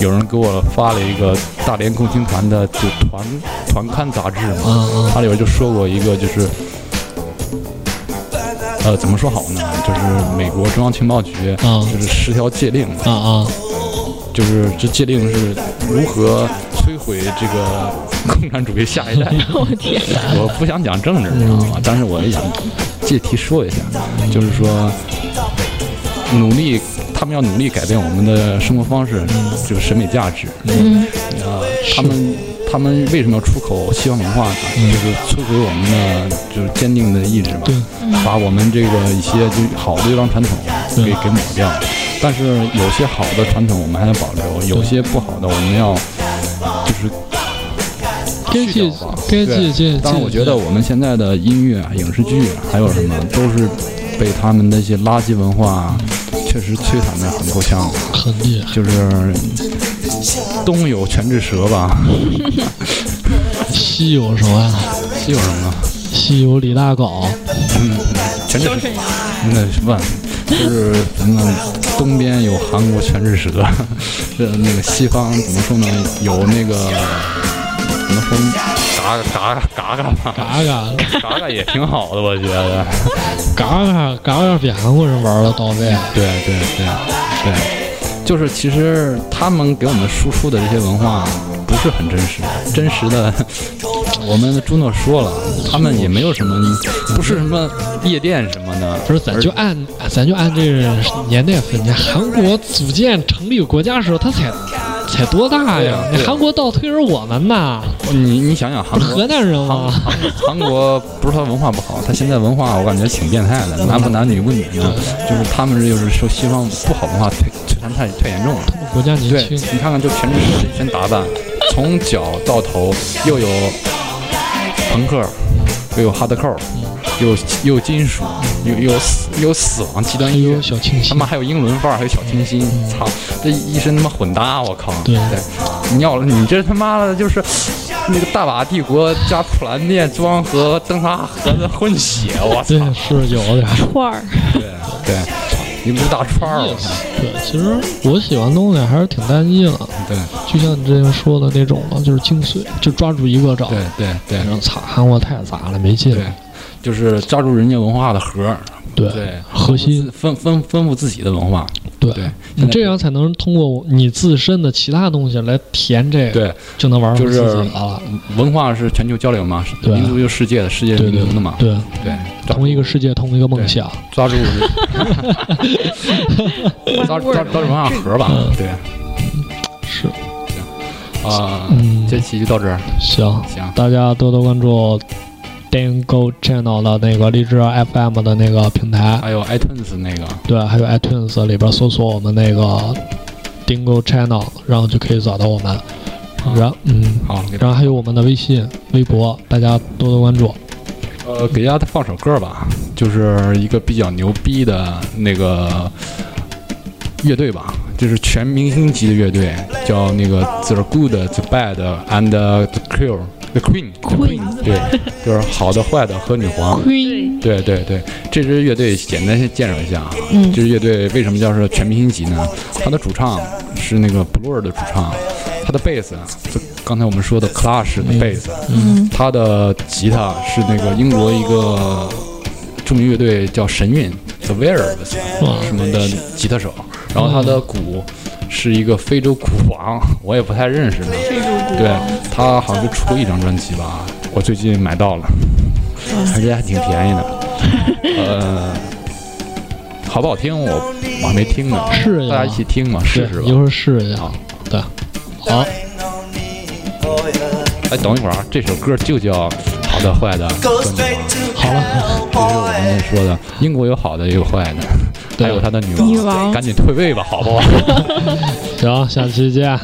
有人给我发了一个大连共青团的就团团刊杂志嘛，
嗯嗯
它里边就说过一个就是。呃，怎么说好呢？就是美国中央情报局，
嗯
就是十条戒令，
啊啊，
就是这戒令是如何摧毁这个共产主义下一代。
[LAUGHS] 我天，
我不想讲政治，你知道吗？但是我也想借题说一下，就是说，努力，他们要努力改变我们的生活方式，这个审美价值。
嗯，
啊，他们他们为什么要出口西方文化呢？就是摧毁我们的就是坚定的意志嘛
对，
把我们这个一些就好的地方传统给
对
给抹掉。但是有些好的传统我们还要保留，有些不好的我们要就是
该
啊去
借
掉吧
该
对
借借，
但是我觉得我们现在的音乐、啊影视剧还有什么，都是被他们那些垃圾文化啊确实摧残的很够呛。
很厉害，
就是东有全智蛇吧，
西有什么呀？
西有什么？
西有李大镐，
全智蛇，那什么，就是咱们东边有韩国全智蛇，这那个西方怎么说呢？有那个怎么说？嘎嘎嘎嘎吧，
嘎嘎
嘎嘎也挺好的，我觉得。
嘎嘎嘎嘎比韩国人玩的到位，啊
对对对对，就是其实他们给我们输出的这些文化不是很真实，真实的，我们的朱诺说了，他们也没有什么，不是什么夜店什么的，
不是，咱就按咱就按这个年代分，你看韩国组建成立国家的时候，他才才多大
对
呀
啊？
你
对啊
韩国倒推着我们呐，
你你想想
不
韩
是
国
河南人
韩
吗？
呃韩韩国不是他文化不好，他现在文化我感觉挺变态的，男不男女不女呢，就是他们就是受西方不好文化摧摧残太太严重了。
国家年
对，
轻，
你看看就全是身打扮，从脚到头又有朋克，又有哈德扣，又又有金属，又又有死又有死亡极端
还
音乐
有，哎小清
他
新
妈，还有英伦范儿，还有小清新，操，这一身他妈混搭，我靠！
嗯对
你要了，你这他妈的就是那个大瓦帝国加普兰涅庄和灯塔河的混血，我操！
真是有点儿。
串儿，
对，一个大串儿，我操！
对，其实我喜欢的东西还是挺单一的，
对
就像你之前说的那种嘛，就是精髓，就抓住一个找。
对对对
然后操，韩国太杂了，没劲。
对，就是抓住人家文化的核儿，
对
对，
核心
丰富自丰丰丰富自己的文化，
对
对，
你这样才能通过你自身的其他东西来填这个，
对，
就能玩出
就
自己
是
来了。
文化是全球交流嘛，是
对
民族就是世界的，世界是
对对
民族的嘛，
对，
对，抓
同一个世界，同一个梦想。
抓住人。
弯
到
味
到
儿
到什么盒吧？对，
是，
啊
嗯嗯，
这期就到这儿，
行，
行，
大家多多关注 Dango Channel 的那个荔枝 FM 的那个平台，
还有 iTunes 那个，
对，还有 iTunes 里边搜索我们那个 Dango Channel，然后就可以找到我们。然嗯，
好，给大
然后还有我们的微信、微博，大家多多关注。
呃给大家放首歌吧，就是一个比较牛逼的那个乐队吧，就是全明星级的乐队，叫那个 The Good, The Bad and The Cure。The Queen, The Queen，对，就是好的、坏的和女皇。
亏
对对对，这支乐队简单先介绍一下啊，
嗯
这支乐队为什么叫是全明星级呢？它的主唱是那个 Blur 的主唱，他的贝斯，啊就刚才我们说的 Clash 的贝斯，
嗯
他的吉他是那个英国一个著名乐队叫神韵 The Wailers 什么的吉他手，然后他的鼓是一个非洲鼓王，我也不太认识呢，对他好像就出过一张专辑吧，我最近买到了，而且还挺便宜的， [LAUGHS] 呃，好不好听我我还没听呢，
试一下
大家一起听嘛，试试
对一
吧。
会儿试一下
好。
对，好，
哎，等一会儿啊，这首歌就叫《好的坏的》，
Go
跟你
straight to
说我刚
hell,
才
boy.
说的，英国有好的也有坏的，还有他的女王，
女王
赶紧退位吧，好不好？
行，下期见。